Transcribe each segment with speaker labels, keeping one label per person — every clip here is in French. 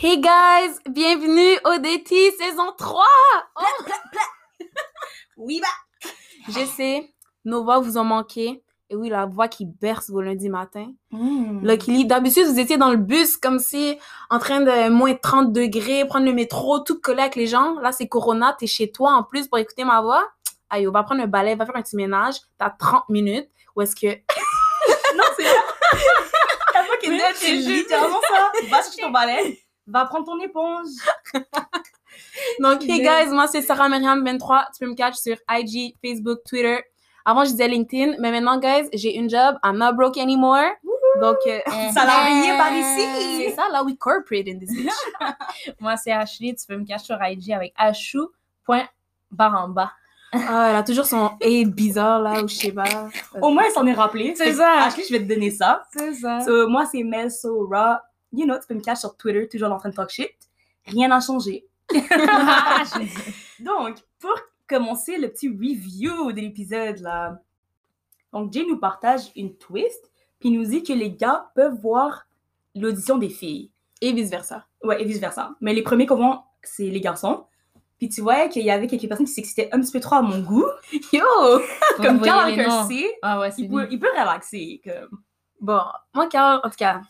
Speaker 1: Hey guys, bienvenue au DT saison 3! Oh,
Speaker 2: Oui, bah.
Speaker 1: je sais, nos voix vous ont manqué. Et oui, la voix qui berce vos lundis matins.
Speaker 2: bah. Mm-hmm.
Speaker 1: Luckily, d'habitude, vous étiez dans le bus comme si en train de moins 30 degrés, prendre le métro, tout collé avec les gens. Là, c'est Corona, t'es chez toi en plus pour écouter ma voix. Aïe, on va prendre le balai, va faire un petit ménage. T'as 30 minutes. Ou est-ce que.
Speaker 2: Non, c'est Ta voix qui est
Speaker 1: Oui,
Speaker 2: nette,
Speaker 1: c'est
Speaker 2: c'est
Speaker 1: juste.
Speaker 2: littéralement ça. Va chercher ton balai. Va prendre ton éponge.
Speaker 1: Donc, hey
Speaker 2: Yes.
Speaker 1: guys, moi c'est Sarah Myriam 23. Tu peux me catch sur IG, Facebook, Twitter. Avant, je disais LinkedIn, mais maintenant, guys, j'ai une job. I'm not broke anymore. Donc, euh,
Speaker 2: Salarié par
Speaker 1: c'est
Speaker 2: ici.
Speaker 1: ça, là, we corporate in this bitch.
Speaker 3: Moi, c'est Ashley. Tu peux me cacher sur IG avec Ashou. Point barre en bas.
Speaker 1: Ah, elle a toujours son et bizarre, là, ou je sais pas.
Speaker 2: Au moins, elle s'en est rappelée.
Speaker 3: C'est
Speaker 2: Fait que,
Speaker 3: ça.
Speaker 2: Ashley, je vais te donner ça.
Speaker 3: C'est ça.
Speaker 2: So, moi, c'est Mel Sora. You know, tu peux me cacher sur Twitter, toujours en train de talk shit. Rien n'a changé. Donc, pour commencer le petit review de l'épisode, là. Donc, Jay nous partage une twist, puis nous dit que les gars peuvent voir l'audition des filles.
Speaker 1: Et vice-versa.
Speaker 2: Ouais, et vice-versa. Mais les premiers qu'on voit, c'est les garçons. Puis tu vois qu'il y avait quelques personnes qui s'excitaient un petit peu trop à mon goût.
Speaker 1: Yo!
Speaker 2: Comme Carl avec un C,
Speaker 3: Ah ouais, c'est
Speaker 2: il peut,
Speaker 3: lui.
Speaker 2: il peut relaxer. Comme...
Speaker 1: Bon, moi, Carl, en tout cas,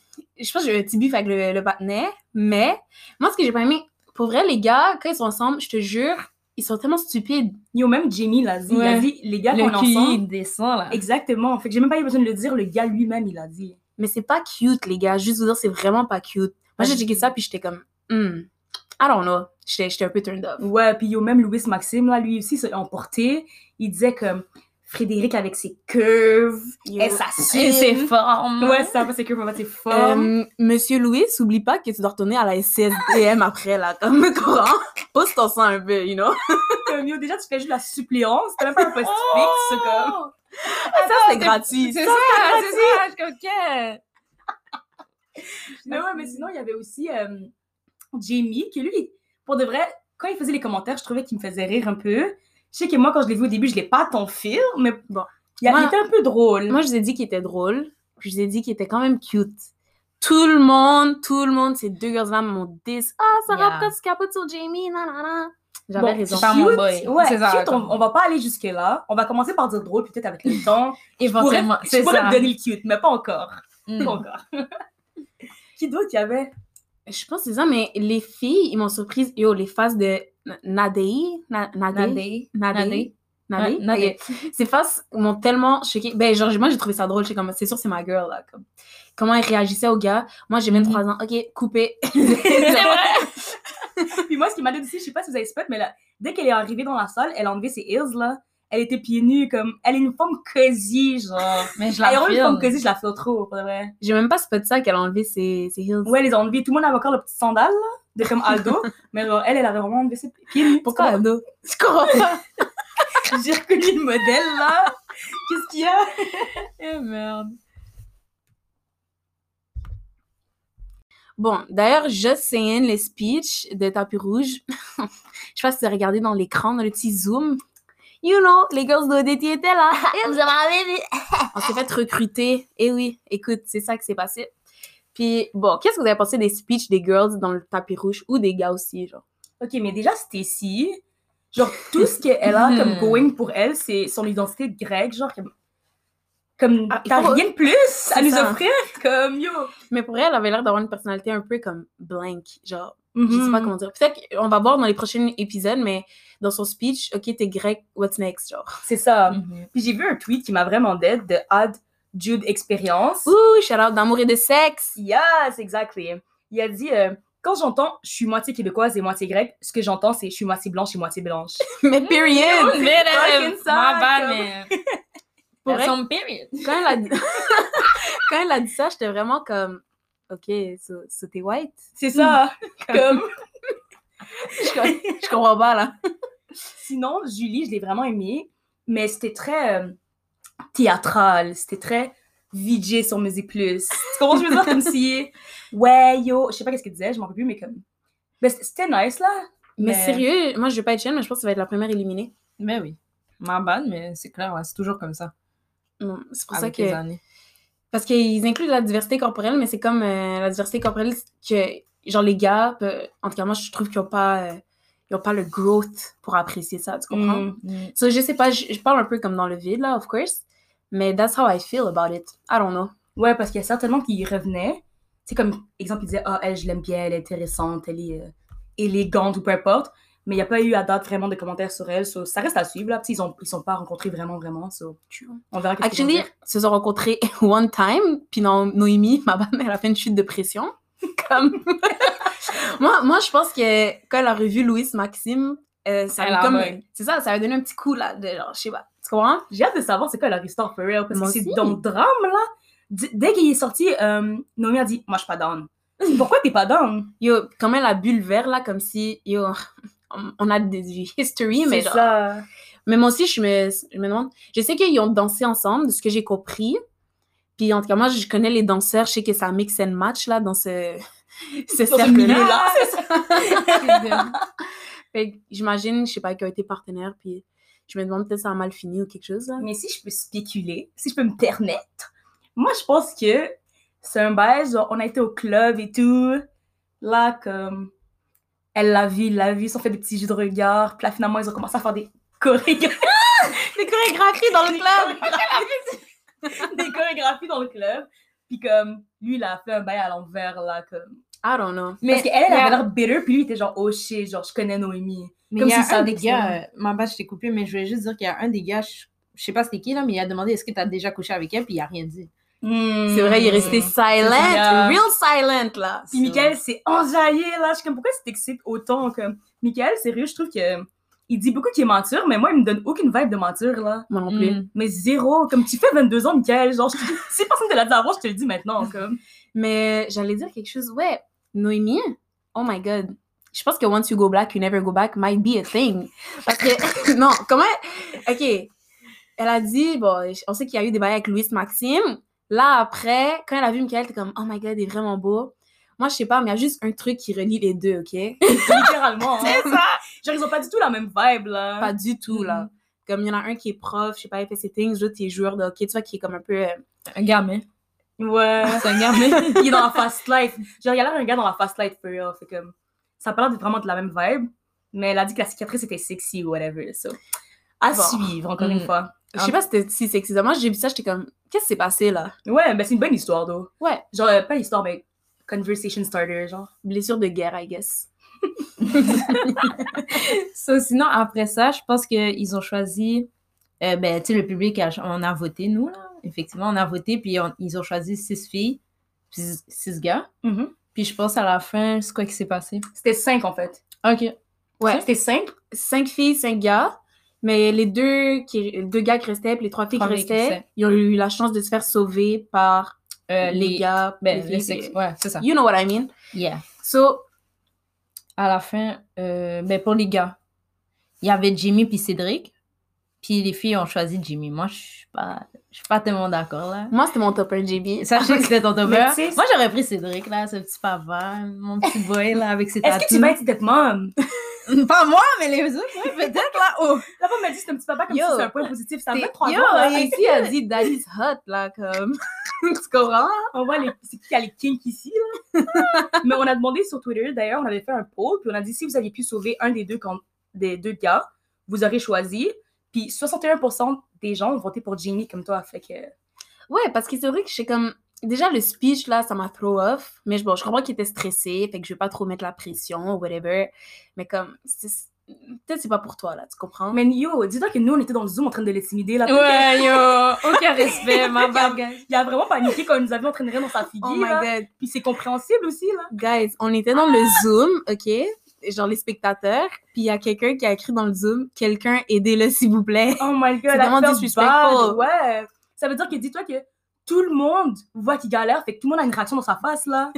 Speaker 1: je pense que j'ai un petit bif avec le, le partenaire, mais moi, ce que j'ai pas aimé, pour vrai, les gars, quand ils sont ensemble, je te jure, ils sont tellement stupides.
Speaker 2: Yo, même Jamie l'a dit. Il a
Speaker 3: Ouais.
Speaker 2: dit, les gars qu'on est
Speaker 3: Le QI
Speaker 2: ensemble.
Speaker 3: il descend là.
Speaker 2: Exactement. Fait que j'ai même pas eu besoin de le dire, le gars lui-même, il a dit.
Speaker 1: Mais c'est pas cute, les gars. Juste vous dire, c'est vraiment pas cute. Moi, j'ai checké ça, puis j'étais comme, hmm, I don't know. J'étais j'étais un peu turned off.
Speaker 2: Ouais, puis yo, même Louis Maxime, là, lui aussi, s'est emporté. Il disait comme Frédéric avec ses curves,
Speaker 1: Yo.
Speaker 2: elle s'assume.
Speaker 3: Et c'est fort.
Speaker 2: Ouais, ça va, ses curves, elle va, ses formes.
Speaker 1: Euh, Monsieur Louis, oublie pas que tu dois retourner à la SSDM après, là, comme courant. Pose ton sang un peu, you know?
Speaker 2: Comme, yo, déjà, tu fais juste la suppléance, t'as même pas un post-fixe,
Speaker 3: Oh!
Speaker 2: c'est comme.
Speaker 1: Ça, c'est gratuit.
Speaker 3: C'est ça, c'est ça. Je suis comme, ok. Ah,
Speaker 2: Mais ouais, mais sinon, il y avait aussi euh, Jamie, qui lui, pour de vrai, quand il faisait les commentaires, je trouvais qu'il me faisait rire un peu. Je sais que moi, quand je l'ai vu au début, je l'ai pas tant fil, mais bon, il, a-
Speaker 1: Moi-
Speaker 2: il était un peu drôle.
Speaker 1: Moi, je vous ai dit qu'il était drôle, puis je vous ai dit qu'il était quand même cute. Tout le monde, tout le monde, ces deux girls-là m'ont dit « Ah, Sarah,
Speaker 3: Yeah.
Speaker 1: pourquoi tu capotes sur Jamie? » Non, non, non. J'avais
Speaker 2: Bon,
Speaker 1: raison.
Speaker 3: c'est pas mon boy.
Speaker 2: Ouais,
Speaker 3: C'est ça,
Speaker 2: cute, on,
Speaker 3: comme-
Speaker 2: on va pas aller jusque-là. On va commencer par dire drôle, puis peut-être avec le temps.
Speaker 3: Éventuellement,
Speaker 2: je
Speaker 3: c'est
Speaker 2: pourrais
Speaker 3: ça.
Speaker 2: te donner le cute, mais pas encore.
Speaker 3: Mm.
Speaker 2: Pas encore. qui d'autre il y avait
Speaker 1: Je pense que c'est ça, mais les filles, ils m'ont surprise. Yo, les faces de N- Nadei, Na- Nadei,
Speaker 3: Nadé.
Speaker 1: Nadei, Nadei,
Speaker 3: Ouais, Nadei.
Speaker 1: Ok. Ces faces m'ont tellement choquée. Ben, genre, moi, j'ai trouvé ça drôle. J'étais comme, c'est sûr, c'est ma girl, là. Comme, comment elle réagissait au gars. Moi, j'ai 23 ans. Ok, coupé.
Speaker 3: C'est vrai.
Speaker 2: Puis moi, ce qui m'a donné aussi, je sais pas si vous avez spot, mais là, dès qu'elle est arrivée dans la salle, elle a enlevé ses heels, là. Elle était pieds nus, comme. Elle est une femme cosy, genre.
Speaker 3: Mais je
Speaker 2: Elle est vraiment une femme
Speaker 3: la file.
Speaker 2: cosy, je la fais trop, pour de vrai.
Speaker 1: j'ai même pas spot ça qu'elle a enlevé ses, ses heels.
Speaker 2: Ouais, les a enlevés. Tout le monde avait encore le petit sandal, là, de comme Aldo. mais genre, elle, elle avait vraiment enlevé ses pieds nus.
Speaker 1: Pourquoi ado? Je comprends pas.
Speaker 2: J'ai reconnu le modèle, là. Qu'est-ce qu'il y a?
Speaker 3: Eh merde.
Speaker 1: Bon, d'ailleurs, just saying, le speech de Tapis Rouge, je sais pas si tu as regardé dans l'écran, dans le petit zoom. You know, les girls d'ODT étaient là.
Speaker 3: Vous avez vu?
Speaker 1: On s'est fait recruter. Eh oui, écoute, c'est ça qui s'est passé. Puis, bon, qu'est-ce que vous avez pensé des speeches des girls dans le tapis rouge ou des gars aussi, genre?
Speaker 2: Ok, mais déjà, Stacy, genre, tout ce qu'elle a comme
Speaker 3: Hmm.
Speaker 2: going pour elle, c'est son identité de grecque, genre, comme. Comme,
Speaker 1: Ah, il
Speaker 2: t'as
Speaker 1: faut-
Speaker 2: rien de plus à nous
Speaker 1: ça.
Speaker 2: offrir, comme, yo.
Speaker 1: Mais pour elle, elle avait l'air d'avoir une personnalité un peu comme blank, genre, je sais
Speaker 2: Mhm.
Speaker 1: pas comment dire. Peut-être qu'on va voir dans les prochains épisodes, mais dans son speech, ok, t'es grec, what's next, genre.
Speaker 2: C'est ça.
Speaker 1: Mm.
Speaker 2: Puis j'ai vu un tweet qui m'a vraiment d'aide de Add Jude Experience.
Speaker 1: Ouh, shout out d'amour et de sexe!
Speaker 2: Yes, exactly. Il a dit euh, Quand j'entends je suis moitié québécoise et moitié grecque, ce que j'entends c'est je suis moitié blanche et moitié blanche.
Speaker 1: Mais period!
Speaker 3: Mais
Speaker 2: fucking ça,
Speaker 3: My bad,
Speaker 2: comme-
Speaker 3: man.
Speaker 1: Pour
Speaker 3: That's
Speaker 1: elle-
Speaker 3: some period.
Speaker 1: quand elle a dit, quand elle a dit ça, j'étais vraiment comme, OK, so, so t'es white?
Speaker 2: C'est ça. comme...
Speaker 1: Je, com- je comprends pas, là.
Speaker 2: Sinon, Julie, je l'ai vraiment aimée, mais c'était très euh, théâtral. C'était très VJ sur Musique Plus. Tu comprends ce que je veux dire Comme si. Ouais, yo. Je sais pas qu'est-ce qu'elle disait, je m'en rappelle plus, mais comme. Ben, c- c'était nice là.
Speaker 1: Mais,
Speaker 2: Mais-
Speaker 1: sérieux, moi, je vais pas être chaîne, mais je pense que ça va être la première éliminée.
Speaker 3: Mais oui. Ma bad, mais c'est clair, ouais, c'est toujours comme ça.
Speaker 1: Non, C'est
Speaker 2: Ah,
Speaker 1: pour
Speaker 3: avec
Speaker 1: ça
Speaker 3: les
Speaker 1: que...
Speaker 3: années.
Speaker 1: Parce qu'ils incluent la diversité corporelle, mais c'est comme euh, la diversité corporelle que genre les gars, peu- en tout cas moi je trouve qu'ils ont pas euh, ils ont pas le growth pour apprécier ça, tu comprends?
Speaker 2: Mm, mm.
Speaker 1: So, je sais pas, je, je parle un peu comme dans le vide là, of course, mais that's how I feel about it. I don't know.
Speaker 2: Ouais, parce qu'il y a certainement qui revenaient. C'est comme, exemple, ils disaient, ah, elle, je l'aime bien, elle est intéressante, elle est euh, élégante ou peu importe. Mais il n'y a pas eu à date vraiment de commentaires sur elle. so, ça reste à suivre, là. Puis Ils ne ils sont pas rencontrés vraiment, vraiment. so, on verra qu'est-ce qu'ils vont
Speaker 1: Actually,
Speaker 2: dire.
Speaker 1: ils se sont rencontrés one time, puis non, Noémie, ma femme, elle a fait une chute de pression. Comme... moi, moi, je pense que quand elle a revu Louis Maxime, euh, ça
Speaker 2: Elle
Speaker 1: lui
Speaker 2: a
Speaker 1: comme...
Speaker 2: envoyé.
Speaker 1: C'est ça, ça lui a donné un petit coup, là, de genre, je sais pas. Tu comprends?
Speaker 2: J'ai hâte de savoir c'est quoi leur histoire for real, parce
Speaker 1: Moi
Speaker 2: que c'est
Speaker 1: aussi.
Speaker 2: dans le drame, là. D- dès qu'il est sorti, euh, Nomi a dit Moi, je suis pas down. Pourquoi t'es pas down
Speaker 1: Yo, comment elle a bu le verre, là, comme si, yo, on- on a des du history, mais genre...
Speaker 2: ça.
Speaker 1: Mais moi aussi, je me, je me demande... Je sais qu'ils ont dansé ensemble, de ce que j'ai compris. Puis, en tout cas, moi, je connais les danseurs, je sais que ça mix and match, là, dans ce... ce
Speaker 2: Dans ce
Speaker 1: cercle-là.
Speaker 2: milieu-là.
Speaker 1: Fait que j'imagine, je sais pas, qu'ils ont été partenaires, puis je me demande peut-être ça a mal fini ou quelque chose. là.
Speaker 2: Mais si je peux spéculer, si je peux me permettre, moi, je pense que c'est un bail, genre, on a été au club et tout. Là, comme. Elle l'a vu, il l'a vu, ils se sont fait des petits jeux de regard. Puis là, finalement, ils ont commencé à faire des chorégraphies.
Speaker 1: Des chorégraphies dans le club!
Speaker 2: des chorégraphies dans le club. Puis comme, lui, il a fait un bail à l'envers, là, comme.
Speaker 1: I don't know.
Speaker 3: Mais-
Speaker 2: Parce qu'elle, elle
Speaker 3: mais-
Speaker 2: avait l'air bitter, puis lui, il était genre, oh shit, genre, je connais Noémie.
Speaker 3: Mais
Speaker 2: Comme
Speaker 3: il y a
Speaker 2: si ça
Speaker 3: un des
Speaker 2: avait-
Speaker 3: gars, euh, ma bad, je t'ai coupé, mais je voulais juste dire qu'il y a un des gars, je, je sais pas c'était qui là, mais il a demandé est-ce que t'as déjà couché avec elle, puis il a rien dit.
Speaker 1: C'est vrai, il est resté
Speaker 2: Puis
Speaker 1: silent,
Speaker 2: Yeah.
Speaker 1: real silent, là. So-
Speaker 2: Michael s'est enjaillé, là. Je suis comme, pourquoi tu t'excites autant? Comme, Michael, sérieux, je trouve que. Il dit beaucoup qu'il est menteur, mais moi, il me donne aucune vibe de menteur, là.
Speaker 1: Moi non plus.
Speaker 3: Mm.
Speaker 2: Mais zéro. Comme, tu fais 22 ans, Michael. Genre, je te- si personne te l'a dit avant, je te le dis maintenant, comme.
Speaker 1: Mais j'allais dire quelque chose, ouais. Noémie, oh my god. Je pense que once you go black, you never go back might be a thing. Parce que, non, comment. Ok. Elle a dit, bon, on sait qu'il y a eu des bails avec Louis Maxime. Là, après, quand elle a vu Michael, t'es comme, oh my god, il est vraiment beau. Moi, je sais pas, mais il y a juste un truc qui relie les deux, ok?
Speaker 2: Littéralement. hein. Genre, ils ont pas du tout la même vibe, là.
Speaker 1: Pas du tout, là. Comme il y en a un qui est prof, je sais pas, il fait ses things, l'autre il est joueur de hockey, tu vois, qui est comme un peu. euh,
Speaker 3: Un gamin.
Speaker 2: Ouais.
Speaker 3: C'est un gamin.
Speaker 2: il est dans la fast life. Genre, il y a l'air d'un gars dans la fast life, for real. Fait comme, ça a pas l'air d'être vraiment de la même vibe. Mais elle a dit que la cicatrice était sexy ou whatever. So. À
Speaker 1: Bon.
Speaker 2: suivre, encore une
Speaker 3: Mm.
Speaker 2: fois.
Speaker 1: Je sais pas si c'était si sexy. Moi, j'ai vu ça, j'étais comme, qu'est-ce qui s'est passé, là?
Speaker 2: Ouais, mais c'est une bonne histoire, though.
Speaker 1: Ouais.
Speaker 2: Genre, euh, pas histoire, mais conversation starter, genre.
Speaker 1: Blessure de guerre, I guess.
Speaker 3: So, sinon, après ça, je pense qu'ils ont choisi. euh, ben, tu sais, le public, a- on a voté, nous, là. Effectivement, on a voté, puis on- ils ont choisi six filles, puis six gars.
Speaker 1: Mm-hmm.
Speaker 2: Mhm.
Speaker 3: Puis je pense à la fin, c'est quoi qui s'est passé?
Speaker 2: C'était cinq, en fait.
Speaker 3: Ok.
Speaker 1: Ouais.
Speaker 2: C'était cinq.
Speaker 1: Cinq filles, cinq gars. Mais les deux, qui, les deux gars qui restaient, puis les trois filles qui
Speaker 3: Trois filles qui
Speaker 1: restaient,
Speaker 3: restaient.
Speaker 1: ils ont eu la chance de se faire sauver par
Speaker 3: Euh,
Speaker 1: les,
Speaker 3: les.
Speaker 1: gars.
Speaker 3: Ben,
Speaker 1: les
Speaker 3: les
Speaker 1: filles,
Speaker 3: sexes. Ouais, c'est ça.
Speaker 1: You know what I mean?
Speaker 3: Yeah.
Speaker 1: So,
Speaker 3: À la fin, euh, ben, pour les gars, il y avait Jimmy puis Cédric. Puis les filles ont choisi Jimmy. Moi, je suis pas, je suis pas tellement d'accord, là.
Speaker 1: moi, c'était mon top 1 JB.
Speaker 3: Sachez que c'était ton top
Speaker 2: Mais
Speaker 3: un.
Speaker 2: tu sais-
Speaker 3: Moi, j'aurais pris Cédric, là, ce petit pavard, mon petit boy, là, avec ses
Speaker 2: Est-ce que tu vas être cette mom?
Speaker 3: Pas moi, mais les autres, ouais, peut-être, là. Oh.
Speaker 2: La femme m'a dit c'est un petit papa comme
Speaker 1: Yo.
Speaker 2: si c'est un point positif. Ça
Speaker 1: T'es-
Speaker 2: me fait trois hein.
Speaker 1: Yo,
Speaker 2: ans, là.
Speaker 1: ici, elle dit Daddy's hot, là, comme. tu comprends?
Speaker 2: On voit les... c'est qui qui a les kinks ici, là. Mais on a demandé sur Twitter, d'ailleurs, on avait fait un poll, puis on a dit si vous aviez pu sauver un des deux, can- des deux gars, vous aurez choisi. Puis 61% des gens ont voté pour Jamie comme toi, fait que...
Speaker 1: Ouais, parce que c'est vrai que je suis comme. Déjà, le speech, là, ça m'a throw off. Mais je- bon, je comprends qu'il était stressé, fait que je vais pas trop mettre la pression, whatever. Mais comme, c'est- c'est- peut-être c'est pas pour toi, là, tu comprends?
Speaker 2: Mais yo, dis-toi que nous, on était dans le Zoom en train de l'intimider, là.
Speaker 3: Ouais, yo, aucun respect, ma
Speaker 2: bad
Speaker 3: guys.
Speaker 2: Il a vraiment paniqué quand il nous avait en train de rire dans sa figure,
Speaker 1: Oh my
Speaker 2: là.
Speaker 1: god.
Speaker 2: Puis c'est compréhensible aussi, là.
Speaker 1: Guys, on était dans le Zoom, OK? Genre les spectateurs. Puis il y a quelqu'un qui a écrit dans le Zoom, quelqu'un aidez-le, s'il vous plaît.
Speaker 2: Oh my god,
Speaker 1: C'est
Speaker 2: la
Speaker 1: vraiment
Speaker 2: peur du
Speaker 1: disrespectful.
Speaker 2: bad, Ouais. Ça veut dire que dis-toi que tout le monde voit qu'il galère, fait que tout le monde a une réaction dans sa face, là.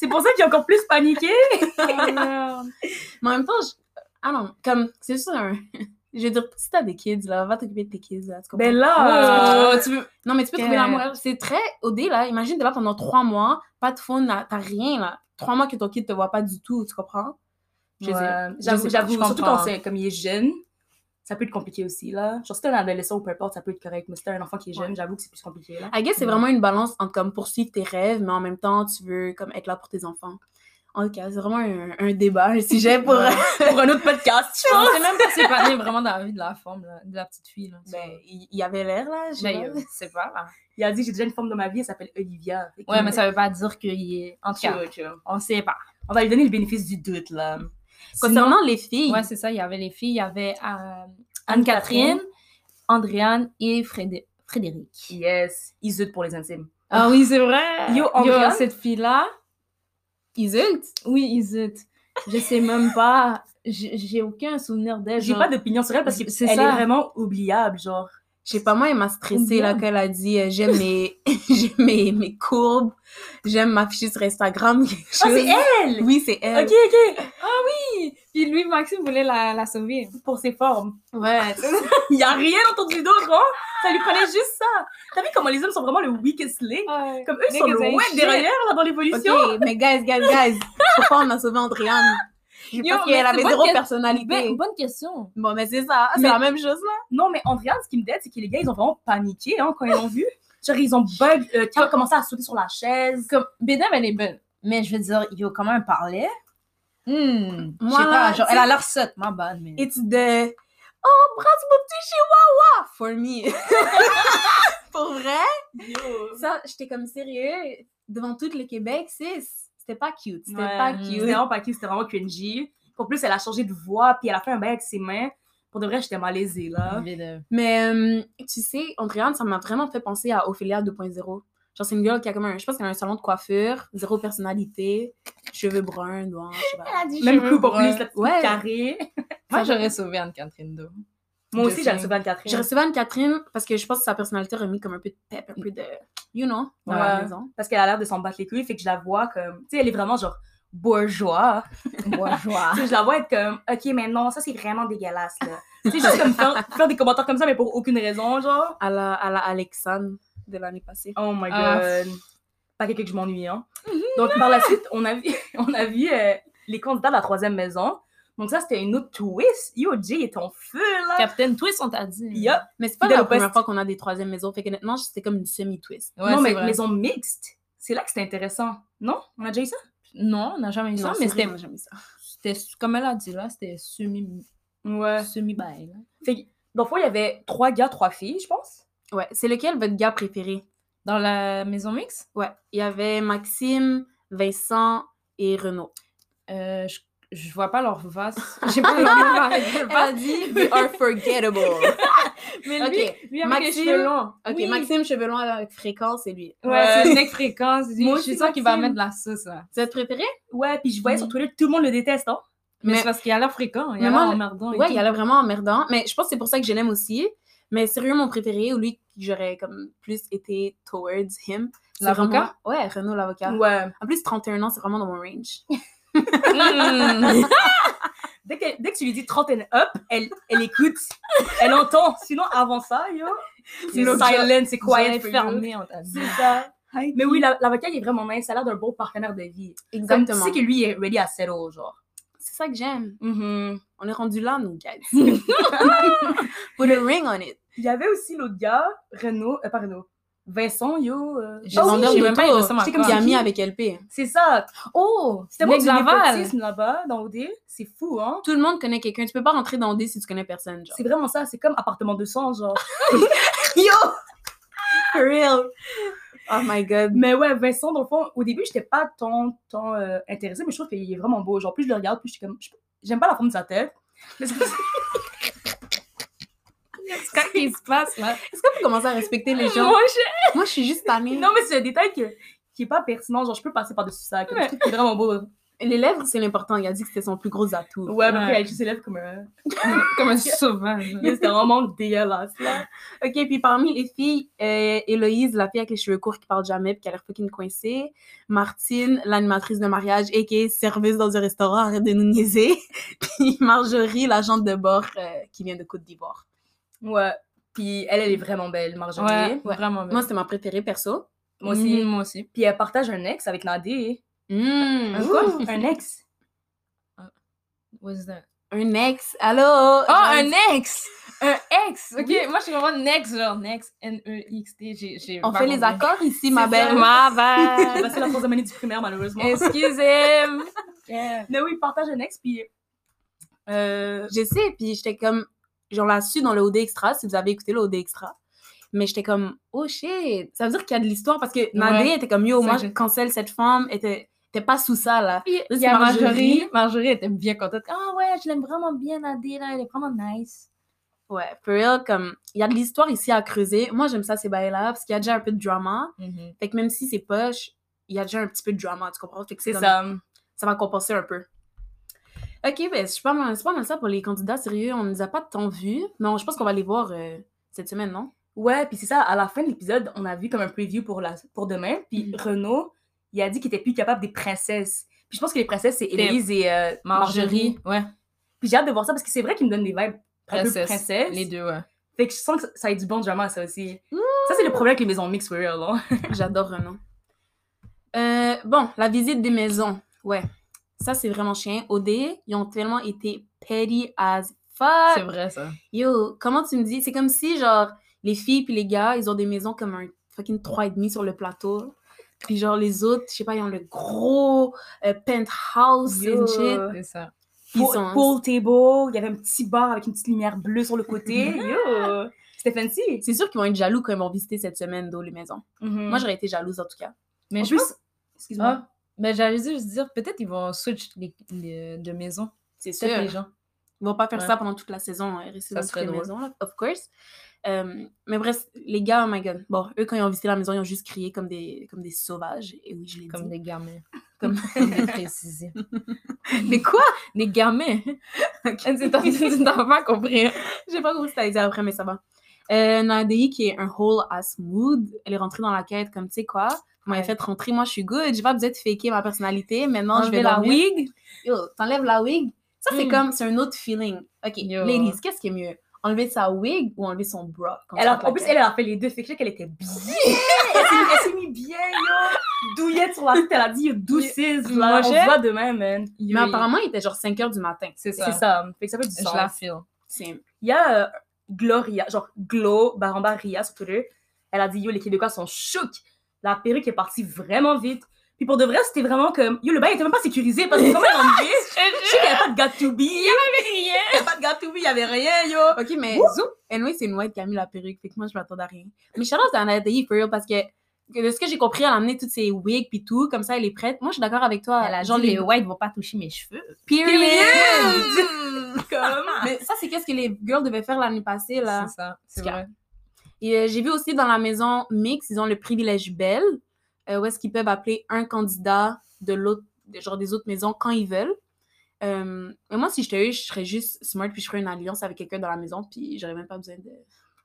Speaker 2: c'est pour ça qu'il est encore plus paniqué.
Speaker 3: Oh,
Speaker 1: Mais en même temps, je... ah non, comme, c'est juste un. Je veux dire, si t'as des kids, là, va t'occuper de tes kids, là, tu comprends?
Speaker 2: ben là.
Speaker 3: tu veux.
Speaker 1: Non, mais Oh, tu peux
Speaker 3: Que-
Speaker 1: trouver l'amour. C'est très OD, là. Imagine, t'es là pendant trois mois, pas de phone, là, t'as rien, là. Trois mois que ton kid te voit pas du tout, tu comprends? Je sais.
Speaker 2: Ouais,
Speaker 1: Je sais
Speaker 2: J'avoue,
Speaker 1: pas,
Speaker 2: j'avoue.
Speaker 1: je
Speaker 2: Surtout
Speaker 1: comprends.
Speaker 2: quand c'est comme il est jeune, ça peut être compliqué aussi, là. Genre, si t'es un adolescent ou peu importe, ça peut être correct. Mais si t'es un enfant qui est jeune,
Speaker 1: Ouais.
Speaker 2: j'avoue que c'est plus compliqué, là.
Speaker 1: I guess c'est vraiment une balance entre comme poursuivre tes rêves, mais en même temps, tu veux comme être là pour tes enfants. En tout cas, c'est vraiment un, un débat, un sujet pour,
Speaker 2: pour un autre podcast, je
Speaker 3: On
Speaker 2: pense.
Speaker 3: sait même pas si Pat est vraiment dans la vie de la femme, là, de la petite fille. Là,
Speaker 1: Ben, il il y avait l'air, là. je
Speaker 3: je
Speaker 1: sais pas.
Speaker 3: ben, c'est pas. Mm. là.
Speaker 2: Il a dit J'ai déjà une femme dans ma vie, elle s'appelle Olivia. Fait que-
Speaker 3: Ouais, mais ça veut pas dire qu'il est. En tout cas,
Speaker 2: Chill, chill.
Speaker 3: on sait pas.
Speaker 2: On va lui donner le bénéfice du doute, là.
Speaker 1: Concernant les filles,
Speaker 3: Ouais, c'est ça. Il y avait les filles, il y avait euh, Anne-Catherine, Andréane et Frédé- Frédéric.
Speaker 2: Yes. Isut pour les intimes.
Speaker 3: Ah oui, c'est vrai.
Speaker 2: Yo, Andréane?
Speaker 3: cette fille-là.
Speaker 1: Isult,
Speaker 3: Oui, Isut. Je sais même pas. J'ai j'ai aucun souvenir d'elle.
Speaker 2: J'ai
Speaker 3: genre.
Speaker 2: pas d'opinion sur elle parce qu'elle
Speaker 3: C'est
Speaker 2: est
Speaker 3: ça.
Speaker 2: vraiment oubliable, genre.
Speaker 1: je sais pas, moi, elle m'a stressée, là,
Speaker 3: Bien.
Speaker 1: quand elle a dit euh, j'aime mes... j'aime mes, mes courbes, j'aime m'afficher sur Instagram, quelque chose.
Speaker 2: Ah, c'est elle!
Speaker 1: Oui, c'est elle.
Speaker 2: Ok, ok.
Speaker 3: Oui. Puis lui, Maxime voulait la, la sauver.
Speaker 2: Pour ses formes.
Speaker 3: Ouais.
Speaker 2: Il y a rien entendu d'autre, hein? Ça lui prenait juste ça. T'as vu comment les hommes sont vraiment le weakest link? Comme eux, ils sont loin derrière, là, dans
Speaker 1: Ok,
Speaker 2: l'évolution.
Speaker 1: mais guys, guys, guys, pourquoi on a sauvé Andréane?
Speaker 3: Yo,
Speaker 1: Parce
Speaker 3: mais
Speaker 1: qu'elle
Speaker 3: c'est
Speaker 1: avait
Speaker 3: bonne
Speaker 1: zéro
Speaker 3: que-
Speaker 1: personnalité.
Speaker 3: Ben, bonne question.
Speaker 1: Bon, mais c'est ça, c'est
Speaker 2: Mais-
Speaker 1: la même chose, là.
Speaker 2: Non, mais Andréane, ce qui me dette, c'est que les gars, ils ont vraiment paniqué, hein, quand ils l'ont vu. Genre, ils ont bug, euh, Carl a commencé à sauter sur la chaise.
Speaker 3: Comme, Bédam, elle est bonne. Mais je veux dire, yo, comment elle parlait? Hmm, je sais
Speaker 1: Moi, là,
Speaker 3: pas, genre,
Speaker 1: tu-
Speaker 3: elle a l'air sotte, ma bad, mais...
Speaker 1: It's the Oh, brasse mon petit chihuahua for me. Pour vrai? Ça, j'étais comme sérieux. Devant tout le Québec, sis. C'était pas cute. C'était
Speaker 2: Ouais,
Speaker 1: pas
Speaker 3: mm.
Speaker 2: C'était
Speaker 1: cute.
Speaker 2: vraiment pas cute, c'était vraiment cringy. En plus, elle a changé de voix, puis elle a fait un bail avec ses mains. Pour de vrai, j'étais malaisée, là.
Speaker 3: Bédam.
Speaker 1: Mais euh, tu sais, Andréane, ça m'a vraiment fait penser à Ophélia 2.0. Genre, c'est une girl qui a comme un. Je pense qu'elle a un salon de coiffure, zéro personnalité, cheveux bruns, noirs, je sais pas.
Speaker 2: Même coup, pour plus, la petite
Speaker 1: Ouais.
Speaker 2: carrée.
Speaker 3: Moi, j'aurais sauvé Anne-Catherine Do.
Speaker 2: Moi
Speaker 1: Je
Speaker 2: aussi,
Speaker 1: sais.
Speaker 2: j'avais sauvé Anne-Catherine.
Speaker 1: J'ai reçu Anne-Catherine parce que je pense que sa personnalité remis comme un peu de pep, un peu de. You know, dans la
Speaker 2: Ouais.
Speaker 1: maison.
Speaker 2: Parce qu'elle a l'air de s'en battre les couilles, fait que je la vois comme. Tu sais, elle est vraiment genre bourgeois.
Speaker 3: Bourgeois.
Speaker 2: Tu sais, je la vois être comme, ok, mais non, ça c'est vraiment dégueulasse, là. tu sais, juste comme faire, faire des commentaires comme ça, mais pour aucune raison, genre.
Speaker 1: À la, à la Alexandre de l'année passée.
Speaker 2: Oh my
Speaker 3: Ah. Mhm.
Speaker 2: god. Pas quelqu'un que je m'ennuie, hein. Donc, par la suite, on a vu, on a vu euh, les candidats de la troisième maison. Donc, ça, c'était une autre twist. Yo, Jay était en feu, là.
Speaker 3: Captain Twist, on t'a dit.
Speaker 2: Yup.
Speaker 1: Mais c'est pas
Speaker 2: Fidèle
Speaker 1: la
Speaker 2: au poste.
Speaker 1: première fois qu'on a des troisièmes maisons. Fait que honnêtement, c'était comme une semi-twist.
Speaker 3: Ouais,
Speaker 2: non,
Speaker 3: c'est
Speaker 2: mais
Speaker 3: vrai.
Speaker 2: maison mixte. C'est là que c'était intéressant. Non? On a déjà eu ça?
Speaker 3: Non, on n'a jamais eu ça,
Speaker 1: Non,
Speaker 3: mais
Speaker 1: c'est vrai,
Speaker 3: c'était,
Speaker 1: on a jamais ça.
Speaker 3: c'était, comme elle a dit, là, c'était semi,
Speaker 2: Ouais.
Speaker 3: semi-bail. là.
Speaker 2: Fait que, dans le fond, il y avait trois gars, trois filles, je pense.
Speaker 1: Ouais. C'est lequel votre gars préféré?
Speaker 3: Dans la maison mix,
Speaker 1: Ouais. Il y avait Maxime, Vincent et Renaud.
Speaker 3: euh, je, je vois pas leur face. J'ai pas leur face.
Speaker 1: Elle a dit « We are forgettable
Speaker 3: Mais ». lui,
Speaker 1: OK.
Speaker 3: lui avec les
Speaker 1: Maxime-
Speaker 3: cheveux longs.
Speaker 1: OK,
Speaker 3: Oui.
Speaker 1: Maxime, euh, cheveux longs avec fréquence, c'est lui.
Speaker 3: Ouais,
Speaker 2: Ouais.
Speaker 3: c'est une ex fréquence.
Speaker 2: Moi
Speaker 3: je
Speaker 2: aussi,
Speaker 3: suis sûre qu'il va
Speaker 2: Maxime.
Speaker 3: mettre de la sauce, là.
Speaker 1: C'est votre préféré?
Speaker 2: Ouais, puis je voyais sur
Speaker 3: Mhm.
Speaker 2: Twitter, tout le monde le déteste, hein.
Speaker 3: Mais,
Speaker 1: Mais-
Speaker 3: c'est parce qu'il a l'air fréquent, il
Speaker 1: Mais
Speaker 3: a l'air
Speaker 1: moi,
Speaker 3: emmerdant. et
Speaker 1: Ouais,
Speaker 3: tout.
Speaker 1: il a l'air vraiment emmerdant. Mais je pense que c'est pour ça que je l'aime aussi. Mais sérieux, mon préféré, ou lui que j'aurais comme plus été towards him. c'est
Speaker 3: L'avocat?
Speaker 1: vraiment- Ouais, Renaud, l'avocat.
Speaker 3: Ah.
Speaker 2: Ouais.
Speaker 1: En plus, 31 ans, c'est vraiment dans mon range.
Speaker 3: Mm.
Speaker 2: Dès que, dès que tu lui dis 30 and up, elle, elle écoute, elle entend. Sinon, avant ça, yo, c'est
Speaker 3: L'autre
Speaker 2: silent, c'est
Speaker 3: Quoi,
Speaker 2: quiet for you.
Speaker 3: fermé, on t'a dit.
Speaker 2: C'est ça. Mais oui, la- l'avocat, il est vraiment nice. Ça a l'air d'un bon partenaire de vie. Comme tu
Speaker 1: Exactement.
Speaker 2: sais que lui, il est ready à settle, genre.
Speaker 1: C'est ça que j'aime.
Speaker 2: Mhm.
Speaker 1: On est rendu là, nous, guys. Put a ring on it.
Speaker 2: Il y avait aussi l'autre gars, Renaud, euh, pas Renaud, Vincent, yo. euh,
Speaker 3: J'ai
Speaker 2: ah oui,
Speaker 1: vendeur
Speaker 3: j'ai
Speaker 1: de
Speaker 3: même pas, il
Speaker 1: taux.
Speaker 3: ressemble à
Speaker 1: J'étais
Speaker 3: quoi?
Speaker 1: comme
Speaker 2: Qui?
Speaker 1: amie avec LP.
Speaker 2: C'est ça.
Speaker 3: Oh,
Speaker 2: C'était moi du
Speaker 3: Laval.
Speaker 2: népotisme là-bas, dans OD. C'est fou, hein.
Speaker 1: Tout le monde connaît quelqu'un. Tu peux pas rentrer dans D si tu connais personne, genre.
Speaker 2: C'est vraiment ça. C'est comme appartement de sang, genre.
Speaker 1: Yo! For real! Oh my god.
Speaker 2: Mais ouais, Vincent, dans le fond, au début, j'étais pas tant, tant euh, intéressée, mais je trouve qu'il est vraiment beau. Genre, plus je le regarde, plus je suis comme. je- J'aime pas la forme de sa tête. Mais c'est-
Speaker 3: Qu'est-ce qui se passe, là?
Speaker 1: Est-ce que vous commencez à respecter les gens?
Speaker 2: Moi, je-
Speaker 1: Moi, je suis juste tannée.
Speaker 2: Non, mais c'est un détail que- qui est pas pertinent. Genre, je peux passer par-dessus ça. Comme,
Speaker 3: Ouais.
Speaker 2: Je trouve qu'il est vraiment beau.
Speaker 1: Les lèvres, c'est l'important. Il a dit que c'était son plus gros atout.
Speaker 2: Ouais, mais
Speaker 3: Ouais.
Speaker 2: après, elle juste s'élève comme un.
Speaker 3: Comme un sauvage.
Speaker 2: Mais C'était vraiment dégueulasse, là.
Speaker 1: Ok, puis parmi les filles, euh, Héloïse, la fille avec les cheveux courts qui parle jamais puis qui a l'air fucking coincée. Martine, l'animatrice de mariage et qui est service dans un restaurant, arrête de nous niaiser. puis Marjorie, l'agente de bord euh, qui vient de Côte d'Ivoire.
Speaker 2: Ouais. Puis elle, elle est vraiment belle, Marjorie.
Speaker 3: Ouais, vraiment.
Speaker 1: Moi, c'était ma préférée perso.
Speaker 2: Moi aussi.
Speaker 3: moi aussi.
Speaker 2: Puis elle partage un ex avec Nadé.
Speaker 1: Mm.
Speaker 2: Un quoi Un ex.
Speaker 3: What's that?
Speaker 1: Ah, Un ex, allô?
Speaker 3: Oh, Ah, un ex! Un ex, ok? Moi, je suis vraiment next, genre next, N-E-X-T. j'ai- j'ai
Speaker 1: On
Speaker 3: pas
Speaker 1: fait les
Speaker 3: compris.
Speaker 1: accords ici, ma
Speaker 3: Ma belle,
Speaker 1: belle.
Speaker 3: ma
Speaker 2: J'ai
Speaker 3: belle.
Speaker 2: passé la troisième année du primaire, malheureusement.
Speaker 3: Excusez-moi.
Speaker 2: Mais oui, partage un ex, puis. Euh,
Speaker 1: Je sais, puis j'étais comme, genre l'a su dans le OD Extra, si vous avez écouté le OD Extra. Mais j'étais comme, oh shit, ça veut dire qu'il y a de l'histoire parce que Nadé était comme, yo,
Speaker 3: C'est
Speaker 1: moi
Speaker 3: que
Speaker 1: je
Speaker 3: je-
Speaker 1: cancelle cette femme, elle était t'es pas sous ça là.
Speaker 3: Puis,
Speaker 1: Là,
Speaker 3: il y
Speaker 1: c'est
Speaker 3: a
Speaker 1: Marjorie.
Speaker 3: Marjorie. Marjorie était bien contente. Ah ouais, je l'aime vraiment bien, Nadé, là. Elle est vraiment nice.
Speaker 1: Ouais, for real, comme, il y a de l'histoire ici à creuser. Moi j'aime ça ces bails-là parce qu'il y a déjà un peu de drama.
Speaker 3: Mm-hmm.
Speaker 1: Fait que même si c'est poche, il y a déjà un petit peu de drama, tu comprends? Fait que
Speaker 2: c'est
Speaker 1: comme-
Speaker 2: ça.
Speaker 1: ça va compenser un peu. Ok, ben c'est pas, mal- c'est pas mal ça pour les candidats sérieux. On ne les a pas tant vus. Non, je pense qu'on va les voir euh, cette semaine, non?
Speaker 2: Ouais, puis c'est ça, à la fin de l'épisode, on a vu comme un preview pour, la, pour demain, puis
Speaker 1: Mhm.
Speaker 2: Renaud, il a dit qu'il était plus capable des princesses. Puis je pense que les princesses, c'est Élise et euh, Marjorie.
Speaker 3: Marjorie. Ouais,
Speaker 2: Puis j'ai hâte de voir ça, parce que c'est vrai qu'il me donne des vibes un peu
Speaker 3: princesse.
Speaker 2: princesse.
Speaker 3: Les deux, Mmh. ouais.
Speaker 2: Fait que je sens que ça- ça a du bon drama, ça aussi. Ça, c'est le problème avec les maisons mixtes, for real, hein.
Speaker 1: J'adore Renan. Euh, bon, la visite des maisons. Ouais. Ça, c'est vraiment chien. OD, ils ont tellement été petty as
Speaker 3: C'est
Speaker 1: fuck.
Speaker 3: vrai, ça.
Speaker 1: Yo, comment tu me dis? C'est comme si, genre, les filles puis les gars, ils ont des maisons comme un fucking 3,5 sur le plateau. Puis, genre, les autres, je sais pas, ils ont le gros euh, penthouse
Speaker 2: Yo.
Speaker 1: and shit.
Speaker 3: C'est ça.
Speaker 1: Ils
Speaker 2: Pool,
Speaker 1: sont-
Speaker 2: pool table, il y avait un petit bar avec une petite lumière bleue sur le côté. Yo! C'était fancy. Mhm.
Speaker 1: C'est sûr qu'ils vont être jaloux quand ils vont visiter cette semaine d'eau les maisons. Moi, j'aurais été jalouse en tout cas.
Speaker 3: Mais
Speaker 2: En
Speaker 3: je
Speaker 2: plus-
Speaker 3: pense.
Speaker 2: Excuse-moi.
Speaker 3: Mm. Ah, mais j'allais juste dire, peut-être ils vont switch les- les- de maison.
Speaker 1: C'est sûr.
Speaker 3: Peut-être les gens.
Speaker 1: Ils vont pas faire
Speaker 3: Ouais.
Speaker 1: ça pendant toute la saison, hein, rester
Speaker 3: Ça
Speaker 1: dans toutes
Speaker 3: serait
Speaker 1: les
Speaker 3: drôle.
Speaker 1: maisons, là, of course. Euh, mais bref, les gars, oh my god. Bon, eux, quand ils ont visité la maison, ils ont juste crié comme des, comme des sauvages. Et oui, je l'ai
Speaker 3: Comme
Speaker 1: dit.
Speaker 3: des gamins.
Speaker 1: Comme-
Speaker 3: Comme des précisés.
Speaker 1: Mais quoi?
Speaker 3: Des gamins. Tu t'en- tu t'en pas compris.
Speaker 1: J'ai pas compris ce que t'as dit après, mais ça va. Euh, Nadei, qui est un whole ass mood, elle est rentrée dans la quête comme, tu sais quoi, vous m'avez
Speaker 3: Ouais.
Speaker 1: fait rentrer, moi je suis good, j'ai pas besoin de faker ma personnalité, maintenant je
Speaker 3: Enlever
Speaker 1: vais
Speaker 3: la
Speaker 1: la wig. Yo, t'enlèves la wig. Ça, c'est
Speaker 3: Mm.
Speaker 1: comme, c'est un autre feeling. Ok,
Speaker 3: Yo.
Speaker 1: ladies, qu'est-ce qui est mieux? Enlever sa wig ou enlever son bra? quand tu
Speaker 2: Elle a-
Speaker 1: rentres la
Speaker 2: en plus,
Speaker 1: quête?
Speaker 2: elle, elle a fait les deux, fait que je sais qu'elle était bien! elle s'est- elle s'est mis bien, yo! Douillette sur la tête, elle a dit yo, douceuse, là!
Speaker 3: Moi,
Speaker 2: on
Speaker 3: j'ai-
Speaker 2: se voit demain, man!
Speaker 1: Mais apparemment, il était genre 5 h du matin.
Speaker 3: c'est
Speaker 2: C'est
Speaker 3: ça.
Speaker 2: ça, fait que ça fait du
Speaker 3: Je
Speaker 2: sens.
Speaker 3: la file.
Speaker 1: C'est
Speaker 2: Il y a euh, Gloria, genre Glo, Baramba Ria sur Twitter, elle a dit yo, les Québécois sont chocs! La perruque est partie vraiment vite. Puis pour de vrai, c'était vraiment comme yo, le bail était même pas sécurisé parce que comment ils l'ont mis? Je sais qu'il n'y avait pas de gars to be! Il n'y avait rien! Il n'y avait pas de gars to be, il n'y avait rien, yo!
Speaker 1: Ok, mais Zoom, anyway, c'est une white qui a mis la perruque, fait que moi, je m'attendais à rien. Mais Charlotte, elle a dit, for real, parce que que de ce que j'ai compris, elle a amené toutes ses wigs puis tout, comme ça, elle est prête. Moi, je suis d'accord avec toi.
Speaker 3: Elle a
Speaker 1: genre
Speaker 3: dit,
Speaker 1: les
Speaker 3: les whites vont pas toucher mes cheveux.
Speaker 1: period!
Speaker 2: Comme.
Speaker 1: mais ça, c'est qu'est-ce que les girls devaient faire l'année passée, là.
Speaker 3: C'est ça. C'est
Speaker 1: Parce
Speaker 3: vrai.
Speaker 1: Et euh, j'ai vu aussi dans la maison mix, ils ont le privilège belle, euh, où est-ce qu'ils peuvent appeler un candidat de l'autre, de- genre des autres maisons quand ils veulent. Euh, mais moi, si j'étais eux, je serais juste smart puis je ferais une alliance avec quelqu'un dans la maison puis j'aurais même pas besoin de.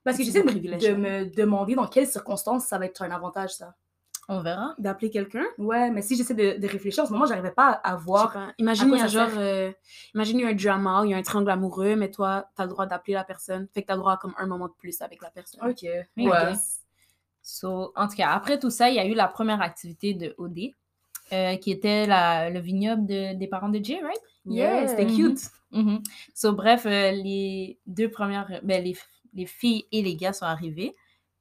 Speaker 2: Parce que
Speaker 1: C'est
Speaker 2: j'essaie
Speaker 1: un
Speaker 2: de,
Speaker 1: privilège,
Speaker 2: de
Speaker 1: hein.
Speaker 2: me demander dans quelles circonstances ça va être un avantage, ça.
Speaker 3: On verra.
Speaker 1: d'appeler quelqu'un.
Speaker 2: Ouais, mais si j'essaie de, de réfléchir, en ce moment, j'arrivais pas à
Speaker 1: Je sais
Speaker 2: voir.
Speaker 1: pas. Imagine,
Speaker 2: quoi
Speaker 1: il y a
Speaker 2: ça
Speaker 1: genre. euh, imagine, il y a un drama, il y a un triangle amoureux, mais toi, t'as le droit d'appeler la personne. Fait que t'as le droit à comme un moment de plus avec la personne.
Speaker 2: Ok.
Speaker 1: I
Speaker 2: Ouais.
Speaker 1: guess.
Speaker 3: So, en tout cas, après tout ça, il y a eu la première activité de OD, euh, qui était la- le vignoble de- des parents de Jay, right?
Speaker 1: Yeah,
Speaker 2: Yeah.
Speaker 1: c'était
Speaker 3: Mhm.
Speaker 1: cute.
Speaker 3: Mhm. So, bref, euh, les deux premières, ben, les, les filles et les gars sont arrivés.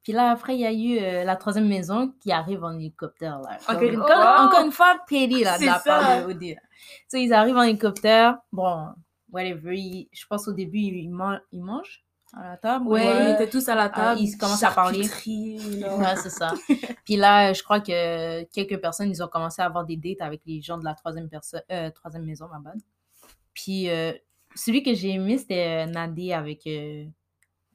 Speaker 3: Puis là, après, il y a eu euh, la troisième maison qui arrive en hélicoptère. Là.
Speaker 2: Encore
Speaker 3: Comme-
Speaker 2: une
Speaker 3: encore-
Speaker 2: fois.
Speaker 3: encore une fois, pédé là, de
Speaker 2: Oh, C'est
Speaker 3: la part
Speaker 2: ça.
Speaker 3: de OD. là. So, ils arrivent en hélicoptère. Bon, whatever. ils- je pense au début, ils, man- ils mangent à la table.
Speaker 1: Ouais,
Speaker 3: Ouais.
Speaker 1: ils étaient tous à la
Speaker 3: Ah,
Speaker 1: table.
Speaker 3: ils commencent à parler.
Speaker 2: Charcuterie, là.
Speaker 3: Ouais, c'est ça. Puis là, je crois que quelques personnes, ils ont commencé à avoir des dates avec les gens de la troisième, personne, euh, troisième maison, ma bonne. Puis euh, celui que j'ai aimé, c'était euh, Nadé avec euh,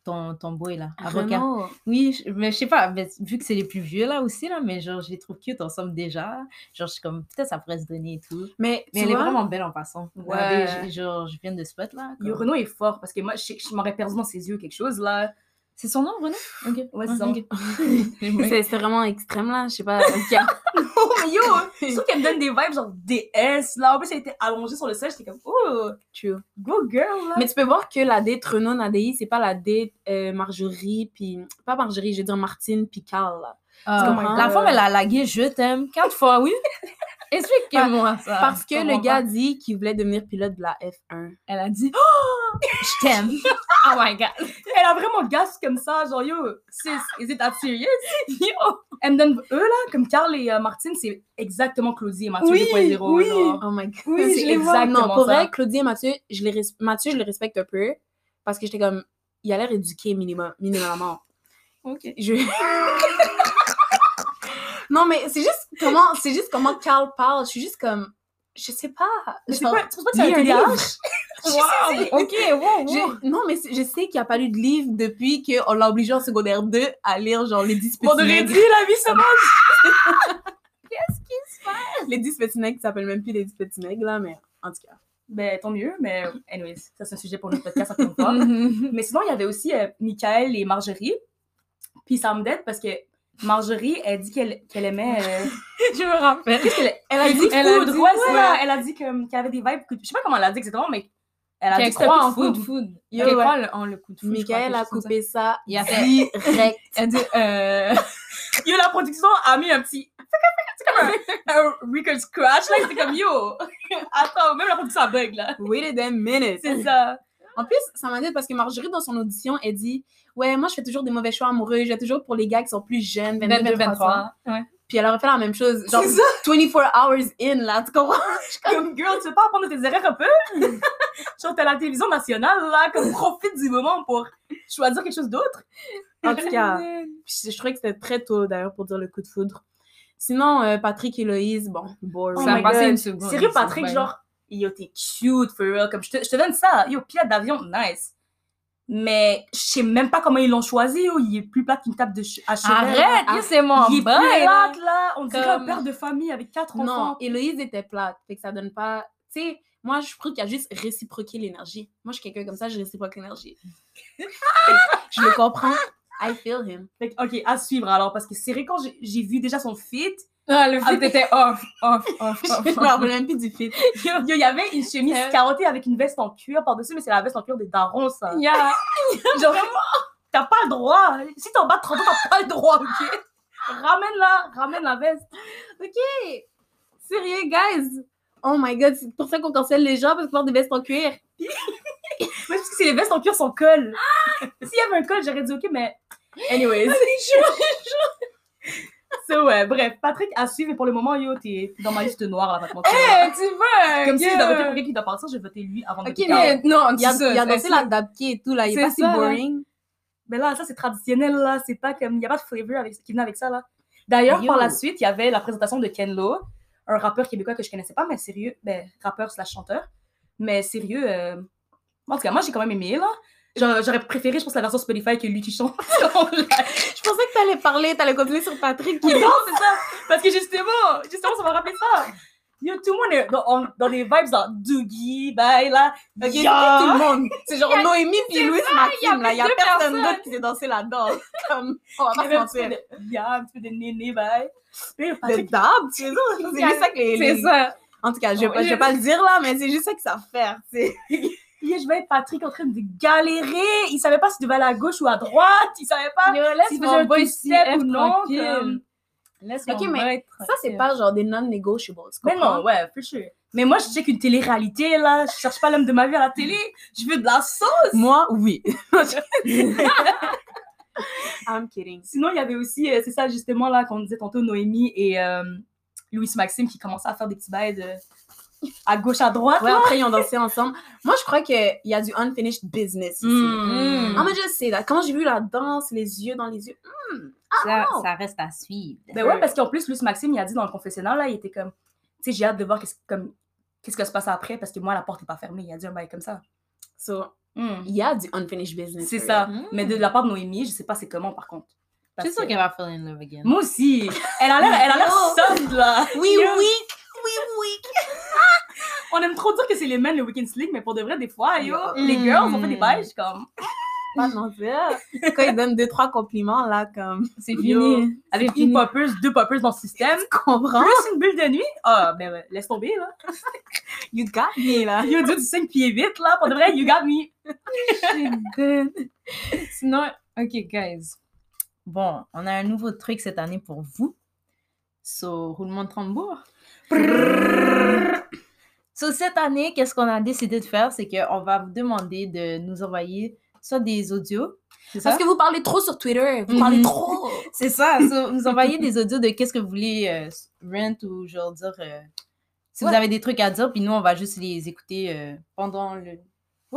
Speaker 3: ton, ton boy, là,
Speaker 2: Ah,
Speaker 3: avocat.
Speaker 1: Renaud.
Speaker 3: Oui, je- mais je sais pas, mais vu que c'est les plus vieux, là, aussi, là, mais genre, je les trouve cute ensemble déjà. Genre, je suis comme, peut-être ça pourrait se donner et tout.
Speaker 1: Mais, tu
Speaker 3: Mais elle est
Speaker 1: vois,
Speaker 3: vraiment belle en passant.
Speaker 2: Ouais.
Speaker 3: Nadé, je- genre, je viens de spot, là. comme-
Speaker 2: Yo, Renaud est fort parce que moi, je, sais que je m'aurais perdu dans ses yeux quelque chose, là.
Speaker 3: C'est son nom, Renaud? Ok.
Speaker 2: Ouais, c'est
Speaker 3: Ah,
Speaker 2: son-
Speaker 3: ok.
Speaker 1: c'est c'est vraiment extrême, là. Je sais pas.
Speaker 2: Oh, mais yo! Je trouve qu'elle me donne des vibes genre DS, là. En plus, elle était allongée sur le sol, j'étais comme, oh,
Speaker 1: True.
Speaker 2: go girl, là.
Speaker 1: Mais tu peux voir que la date Renaud Nadei, c'est pas la date euh, Marjorie, puis pas Marjorie, je veux dire Martine, puis Carl. là.
Speaker 3: Ah,
Speaker 1: Tu
Speaker 2: comprends?
Speaker 3: la femme, elle a lagué je t'aime quatre fois, oui. Explique-moi ça.
Speaker 1: Parce que
Speaker 3: Je
Speaker 1: le
Speaker 3: comprends
Speaker 1: gars
Speaker 3: pas.
Speaker 1: dit qu'il voulait devenir pilote de la F1.
Speaker 3: Elle a dit Oh, Je t'aime. Oh my god.
Speaker 2: Elle a vraiment gasp comme ça, genre yo, sis, is it that serious? Yo! Elle me donne eux là, comme Carl et euh, Martine, c'est exactement Claudie et Mathieu
Speaker 1: Oui,
Speaker 2: 2.0.
Speaker 1: oui.
Speaker 2: genre.
Speaker 1: Oh my god.
Speaker 2: Oui, je les
Speaker 1: Non,
Speaker 2: vois. Exactement
Speaker 1: pour
Speaker 2: ça.
Speaker 1: vrai, Claudie et Mathieu, je les, res- Mathieu, je les respecte un peu parce que j'étais comme, il a l'air éduqué minimum, minimalement.
Speaker 3: Ok.
Speaker 1: Je... non, mais c'est juste comment, c'est juste comment Carl parle. Je suis juste comme, je sais pas.
Speaker 2: Mais
Speaker 1: Je
Speaker 2: c'est
Speaker 1: pense-
Speaker 2: quoi? Tu penses pas que c'est
Speaker 1: Lis
Speaker 2: un
Speaker 1: un
Speaker 2: TDAH?
Speaker 1: Wow, ok, wow,
Speaker 2: wow.
Speaker 1: Non, mais c'est- je sais qu'il n'y a pas lu de livre depuis qu'on l'a obligé en secondaire 2 à lire genre les 10 petits
Speaker 2: On aurait
Speaker 1: nègres.
Speaker 2: dit la vie sauvage!
Speaker 1: Les 10 petits nègres, ça s'appelle même plus les 10 petits nègres, là, mais en tout cas.
Speaker 2: Ben, tant mieux, mais anyways, ça c'est un sujet pour notre podcast, encore une fois.
Speaker 3: Mhm.
Speaker 2: Mais sinon, il y avait aussi euh, Michael et Marjorie. Puis ça me dette parce que Marjorie, elle dit qu'elle qu'elle aimait. euh,
Speaker 3: Je me rappelle.
Speaker 2: Qu'est-ce qu'elle
Speaker 1: Elle
Speaker 2: a dit?
Speaker 1: elle a
Speaker 2: food,
Speaker 1: dit-
Speaker 2: ouais, c'est
Speaker 1: ouais.
Speaker 2: ça. Elle a dit que- qu'il y avait des vibes. que- Je sais pas comment elle a dit exactement, mais elle a dit
Speaker 3: Qu'elle
Speaker 2: que c'était un
Speaker 3: croit en
Speaker 2: coup de
Speaker 3: food
Speaker 2: food.
Speaker 3: food.
Speaker 1: Yo,
Speaker 3: Elle
Speaker 1: ouais.
Speaker 3: croit en le coup de food. je crois,
Speaker 1: Michael
Speaker 3: quelque
Speaker 1: a
Speaker 3: chose comme ça.
Speaker 1: coupé ça
Speaker 3: Il a fait.
Speaker 1: direct.
Speaker 3: Elle dit. Euh...
Speaker 2: Yo, la production a mis un petit. C'est comme un, un record scratch, là. C'est comme yo. Attends, même la production a bug, là.
Speaker 1: Waited a minute.
Speaker 2: C'est ça.
Speaker 1: En plus, ça m'a dit parce que Marjorie, dans son audition, elle dit Ouais, moi, je fais toujours des mauvais choix amoureux. Je vais toujours pour les gars qui sont plus jeunes, 22, 23. ans.
Speaker 3: 23. Ouais.
Speaker 1: Puis elle aurait fait la même chose. Genre,
Speaker 2: C'est ça.
Speaker 1: 24 hours in, là, tu comprends?
Speaker 2: Comme girl, tu veux pas apprendre de tes erreurs un peu? Genre, t'as la télévision nationale, là. Comme profite du moment pour choisir quelque chose d'autre.
Speaker 1: En
Speaker 2: Oh
Speaker 1: tout cas, puis je, je trouvais que c'était très tôt, d'ailleurs, pour dire le coup de foudre. Sinon, euh, Patrick et Loïse, bon, boring.
Speaker 2: Oh
Speaker 3: ça
Speaker 2: my
Speaker 3: a passé
Speaker 2: God.
Speaker 3: une seconde.
Speaker 2: Sérieux,
Speaker 3: ça,
Speaker 2: Patrick,
Speaker 3: ouais.
Speaker 2: genre, yo, t'es cute, for real. Comme, je te, je te donne ça. Yo, pilote d'avion, nice. Mais je sais même pas comment ils l'ont choisi, yo. Il est plus plat qu'une table de che- à cheval.
Speaker 3: Arrête,
Speaker 1: Ah,
Speaker 3: yo, c'est mon
Speaker 2: Il est
Speaker 3: boy.
Speaker 2: plate,
Speaker 3: là.
Speaker 2: là. On dirait
Speaker 3: Comme-
Speaker 2: un père de famille avec quatre
Speaker 1: Non,
Speaker 2: enfants.
Speaker 1: Héloïse était plate. Fait que ça donne pas. Tu sais, moi, je trouve qu'il y a juste réciproqué l'énergie. Moi, je suis quelqu'un comme ça, je réciproque l'énergie. Fait que je le comprends. I feel him.
Speaker 2: Fait que, ok, à suivre alors, parce que c'est vrai, quand j'ai- j'ai vu déjà son fit,
Speaker 3: Ah, le fit était off, off, off,
Speaker 1: Je
Speaker 3: off.
Speaker 1: me
Speaker 3: off.
Speaker 1: rappelle même plus du fit.
Speaker 2: yo, yo, il y avait une chemise
Speaker 3: Euh.
Speaker 2: carottée avec une veste en cuir par-dessus, mais c'est la veste en cuir des darons, ça.
Speaker 3: Yeah.
Speaker 2: Genre, t'as pas le droit. Si t'es en bas de 30 ans, t'as pas le droit, ok? Ramène-la, ramène la veste.
Speaker 1: Sérieux, guys! Oh my god, c'est pour ça qu'on cancelle les gens parce qu'ils portent des vestes en cuir.
Speaker 2: Même si c'est les vestes en cuir sans col.
Speaker 3: Ah!
Speaker 2: S'il y avait un col, j'aurais dit ok, mais. Anyways. so, ouais, bref, Patrick à suivre, mais pour le moment, yo, t'es t'es dans ma liste noire, là, pas te mentir.
Speaker 3: Eh, tu vois.
Speaker 2: Comme si je
Speaker 3: yeah.
Speaker 2: dois voter pour quelqu'un qui doit partir, je vais voter lui avant de
Speaker 3: Ok,
Speaker 2: voter Carl.
Speaker 3: mais non,
Speaker 1: Il a,
Speaker 3: c'est ça,
Speaker 1: il a
Speaker 3: c'est-
Speaker 1: dansé la dabki et tout, là. Il est
Speaker 3: C'est
Speaker 1: pas si
Speaker 3: ça, là.
Speaker 1: boring.
Speaker 2: Mais là, ça, c'est traditionnel, là. C'est pas comme. Il n'y a pas de flavor avec... qui venait avec ça, là. D'ailleurs,
Speaker 1: Yo.
Speaker 2: par la suite, il y avait la présentation de Ken Lo, un rappeur québécois que je connaissais pas, mais sérieux. Ben, rappeur slash chanteur. Mais sérieux. euh, En tout cas, moi, j'ai quand même aimé, là. J'a- J'aurais préféré, je pense, la version Spotify que lui qui chante.
Speaker 1: Je pensais que t'allais parler, t'allais continuer sur Patrick. qui-
Speaker 2: Oui, non, c'est ça. Parce que justement, justement, ça m'a rappelé ça. Yo, tout le monde est dans, en- dans des vibes dans Doogie, bye, là.
Speaker 1: Ok,
Speaker 2: Yo.
Speaker 1: tout le monde. C'est genre Noémie puis Louis Maxime, là. Il y a
Speaker 3: deux
Speaker 1: personne
Speaker 3: personnes.
Speaker 1: d'autre qui s'est dansé la danse. Comme, on va
Speaker 2: Il y
Speaker 1: pas
Speaker 2: avait
Speaker 1: se
Speaker 2: un petit peu
Speaker 1: mentir.
Speaker 2: de- yeah, un petit peu de néné, bye. Mais
Speaker 1: Le
Speaker 2: Patrick,
Speaker 1: dab, tu sais, c'est juste ça Oh, que les...
Speaker 3: C'est
Speaker 1: les-
Speaker 3: ça.
Speaker 1: En tout cas, je vais, pas,
Speaker 3: Ouais.
Speaker 1: je vais pas le dire, là, mais c'est juste ça que ça fait, tu sais.
Speaker 2: Puis je voyais Patrick en train de galérer. Il savait pas s'il devait aller à gauche ou à droite. Il savait pas
Speaker 3: Yo, laisse
Speaker 2: s'il faisait
Speaker 3: mon
Speaker 2: un
Speaker 3: boy
Speaker 2: two step
Speaker 3: CF
Speaker 2: ou non.
Speaker 3: tranquille.
Speaker 2: comme-
Speaker 3: Laisse
Speaker 1: Ok,
Speaker 3: mon
Speaker 1: mais
Speaker 3: boy
Speaker 1: Ça, c'est
Speaker 3: tranquille.
Speaker 1: pas genre des non-negotiables, tu
Speaker 2: Mais
Speaker 1: comprends?
Speaker 2: non, ouais, for sure. Mais moi, je check une télé-réalité, là. Je cherche pas l'homme de ma vie à la télé. Je veux de la sauce.
Speaker 1: Moi, oui. I'm kidding.
Speaker 2: Sinon, il y avait aussi, euh, c'est ça justement, là, qu'on disait tantôt, Noémie et euh, Louis-Maxime qui commençaient à faire des petits bails de- à gauche, à droite.
Speaker 1: Ouais,
Speaker 2: là.
Speaker 1: après, ils ont dansé ensemble. Moi, je crois qu'il y a du unfinished business ici. Ah,
Speaker 2: Mm.
Speaker 3: Ah,
Speaker 1: I'm gonna just say that. Quand j'ai vu la danse, les yeux dans les yeux,
Speaker 3: Ça,
Speaker 1: non.
Speaker 3: ça reste à suivre.
Speaker 2: Ben ouais, parce qu'en plus, Louis-Maxime, il a dit dans le confessionnal, là, il était comme, tu sais, j'ai hâte de voir qu'est-ce comme- qu'est-ce que se passe après parce que moi, la porte est pas fermée. Il a dit un bail comme ça.
Speaker 1: so,
Speaker 2: Mm.
Speaker 1: il y a du unfinished business.
Speaker 2: C'est
Speaker 1: for
Speaker 2: ça.
Speaker 3: Mm.
Speaker 2: Mais de la part de Noémie, je sais pas c'est comment par contre.
Speaker 3: Je
Speaker 2: Parce
Speaker 3: suis sûre
Speaker 2: que-
Speaker 3: qu'elle va fall in love again.
Speaker 2: Moi aussi. Elle a l'air, elle a l'air
Speaker 1: Yo.
Speaker 2: soft là.
Speaker 1: real. Oui,
Speaker 2: Yo.
Speaker 1: oui, oui, oui.
Speaker 2: On aime trop dire que c'est les men le weekend sling, mais pour de vrai, des fois, yo,
Speaker 3: Yo.
Speaker 2: les
Speaker 3: Mm.
Speaker 2: girls ont fait des bails, je suis comme.
Speaker 1: Pas de mentir. Quand ils donnent deux, trois compliments, là, comme,
Speaker 3: C'est
Speaker 2: Yo.
Speaker 3: fini.
Speaker 2: Avec
Speaker 3: C'est
Speaker 2: une
Speaker 3: fini.
Speaker 2: poppers, deux poppers dans le système.
Speaker 1: tu comprends?
Speaker 2: Plus une bulle de nuit. Ah, ben ouais, laisse tomber là.
Speaker 1: You got me, là.
Speaker 2: Yo, Dieu du 5 pieds 8 là, pour de vrai, you got me.
Speaker 3: Dead. Sinon, ok, guys. Bon, on a un nouveau truc cette année pour vous. So, roulement de tambour. So, cette année, qu'est-ce qu'on a décidé de faire? C'est qu'on va vous demander de nous envoyer soit des audios. c'est ça?
Speaker 1: Parce que vous parlez trop sur Twitter. Vous parlez
Speaker 3: Mhm.
Speaker 1: trop.
Speaker 3: C'est ça, so, vous envoyez des audios de qu'est-ce que vous voulez euh, rent ou genre dire euh, si vous
Speaker 1: Ouais.
Speaker 3: avez des trucs à dire, puis nous on va juste les écouter euh, pendant le. Ouais,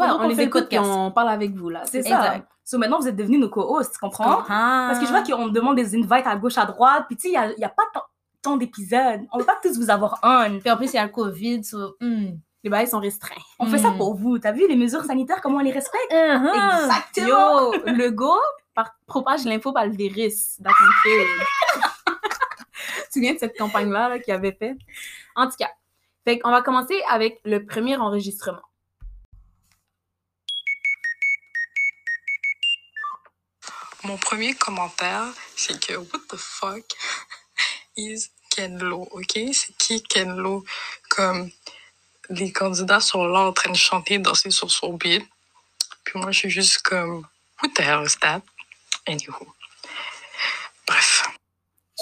Speaker 1: Pendant
Speaker 3: on
Speaker 1: qu'on
Speaker 3: les
Speaker 1: fait le
Speaker 3: écoute
Speaker 1: podcast,
Speaker 3: podcast.
Speaker 1: on parle avec vous, là.
Speaker 2: C'est
Speaker 1: ça.
Speaker 2: ça.
Speaker 3: Exact. Ah.
Speaker 2: So, maintenant, vous êtes devenus nos co-hosts, tu comprends? Parce que je vois qu'on me demande des invites à gauche, à droite. Puis, tu sais, il n'y a, il y a pas tant, tant d'épisodes. On ne peut pas tous vous avoir un.
Speaker 3: Ah, Puis en plus il y a le Covid, so, hmm.
Speaker 1: Les bails sont restreints.
Speaker 2: On fait ça
Speaker 3: Mm.
Speaker 2: pour vous. T'as vu les mesures sanitaires, comment on les respecte?
Speaker 3: Uh-huh.
Speaker 2: Exactement.
Speaker 1: Ah, Yo, le go par- propage l'info par le virus. That can kill. tu viens de cette campagne-là -là, qu'il avait faite? En tout cas, fait on va commencer avec le premier enregistrement.
Speaker 4: Mon premier commentaire, c'est que what the fuck is Kenlo, ok? C'est qui Kenlo? Comme les candidats sont là en train de chanter, danser sur son beat. Puis moi, je suis juste comme what the hell is that? Anywho. Bref.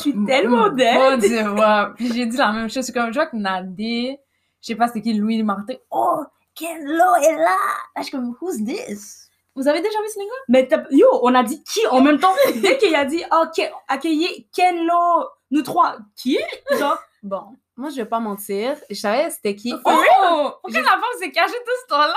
Speaker 2: Je
Speaker 3: Hmm.
Speaker 2: suis tellement dead.
Speaker 3: Mon Dieu, ouais. Puis j'ai dit la même chose. C'est comme je vois que Nadé, je sais pas c'est qui Louis Martin. Oh, quel lot est là! Là, je suis comme who's this? Vous avez déjà vu ce gars?
Speaker 2: Mais t'as- yo, on a dit qui en même temps? Dès qu'il a dit, ok, accueillez Kenlo, nous trois, qui? Genre,
Speaker 1: Bon, moi, je vais pas mentir. Je savais c'était qui.
Speaker 3: Oh! Pourquoi la femme s'est cachée tout ce temps-là?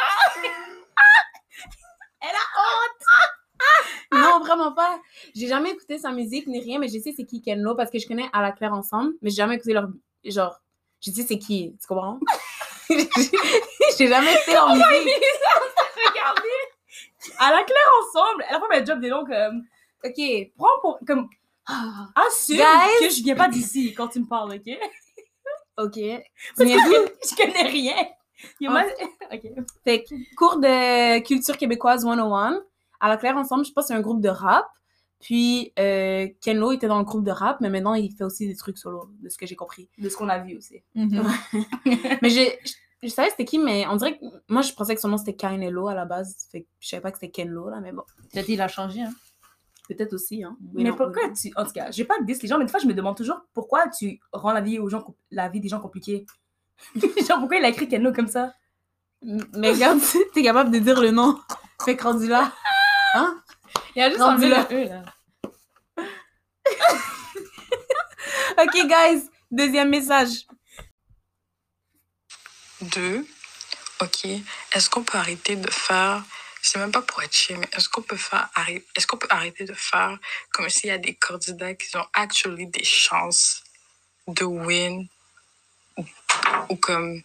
Speaker 1: Non, vraiment pas. J'ai jamais écouté sa musique ni rien, mais je sais c'est qui Kenlo parce que je connais à la claire ensemble, mais j'ai jamais écouté leur genre. Je sais c'est qui, tu comprends J'ai jamais écouté leur musique.
Speaker 2: regardez! À la claire ensemble, à la fois, ma job des euh, noms comme,
Speaker 1: Ok.
Speaker 2: prends pour, comme,
Speaker 1: Ah,
Speaker 2: assume
Speaker 1: Guys.
Speaker 2: que je viens pas d'ici quand tu me parles, ok?
Speaker 1: Ok. Tu viens d'où?
Speaker 2: Je connais rien.
Speaker 1: Oh.
Speaker 2: Yo, moi- ok.
Speaker 1: Fait que cours de culture québécoise 101. À la claire ensemble, je pense que c'est un groupe de rap. Puis euh, Kenlo était dans le groupe de rap, mais maintenant il fait aussi des trucs solo, de ce que j'ai compris.
Speaker 2: De ce qu'on a vu aussi.
Speaker 3: Mm-hmm.
Speaker 1: Mais j'ai- je, je savais c'était qui, mais on dirait que moi je pensais que son nom c'était Kenlo à la base. Fait que je savais pas que c'était Kenlo là, mais bon.
Speaker 3: Peut-être qu'il a changé, hein.
Speaker 1: Peut-être aussi, hein. Oui,
Speaker 2: mais
Speaker 1: non,
Speaker 2: pourquoi
Speaker 1: oui, non.
Speaker 2: tu. En tout cas, je vais pas dis les gens, mais des fois, je me demande toujours pourquoi tu rends la vie, aux gens, compl- la vie des gens compliquée. Genre, pourquoi il a écrit Kenlo comme ça?
Speaker 1: M- Mais regarde, t'es capable de dire le nom. Fait que rendu là. Hein?
Speaker 3: Il a juste
Speaker 1: Rendu
Speaker 3: enlevé
Speaker 1: là.
Speaker 3: le E, là.
Speaker 1: Ok, guys, deuxième message.
Speaker 4: Deux, ok, est-ce qu'on peut arrêter de faire, c'est même pas pour être chier, mais est-ce qu'on peut faire, arrê- est-ce qu'on peut arrêter de faire comme s'il y a des candidats qui ont actually des chances de win ou comme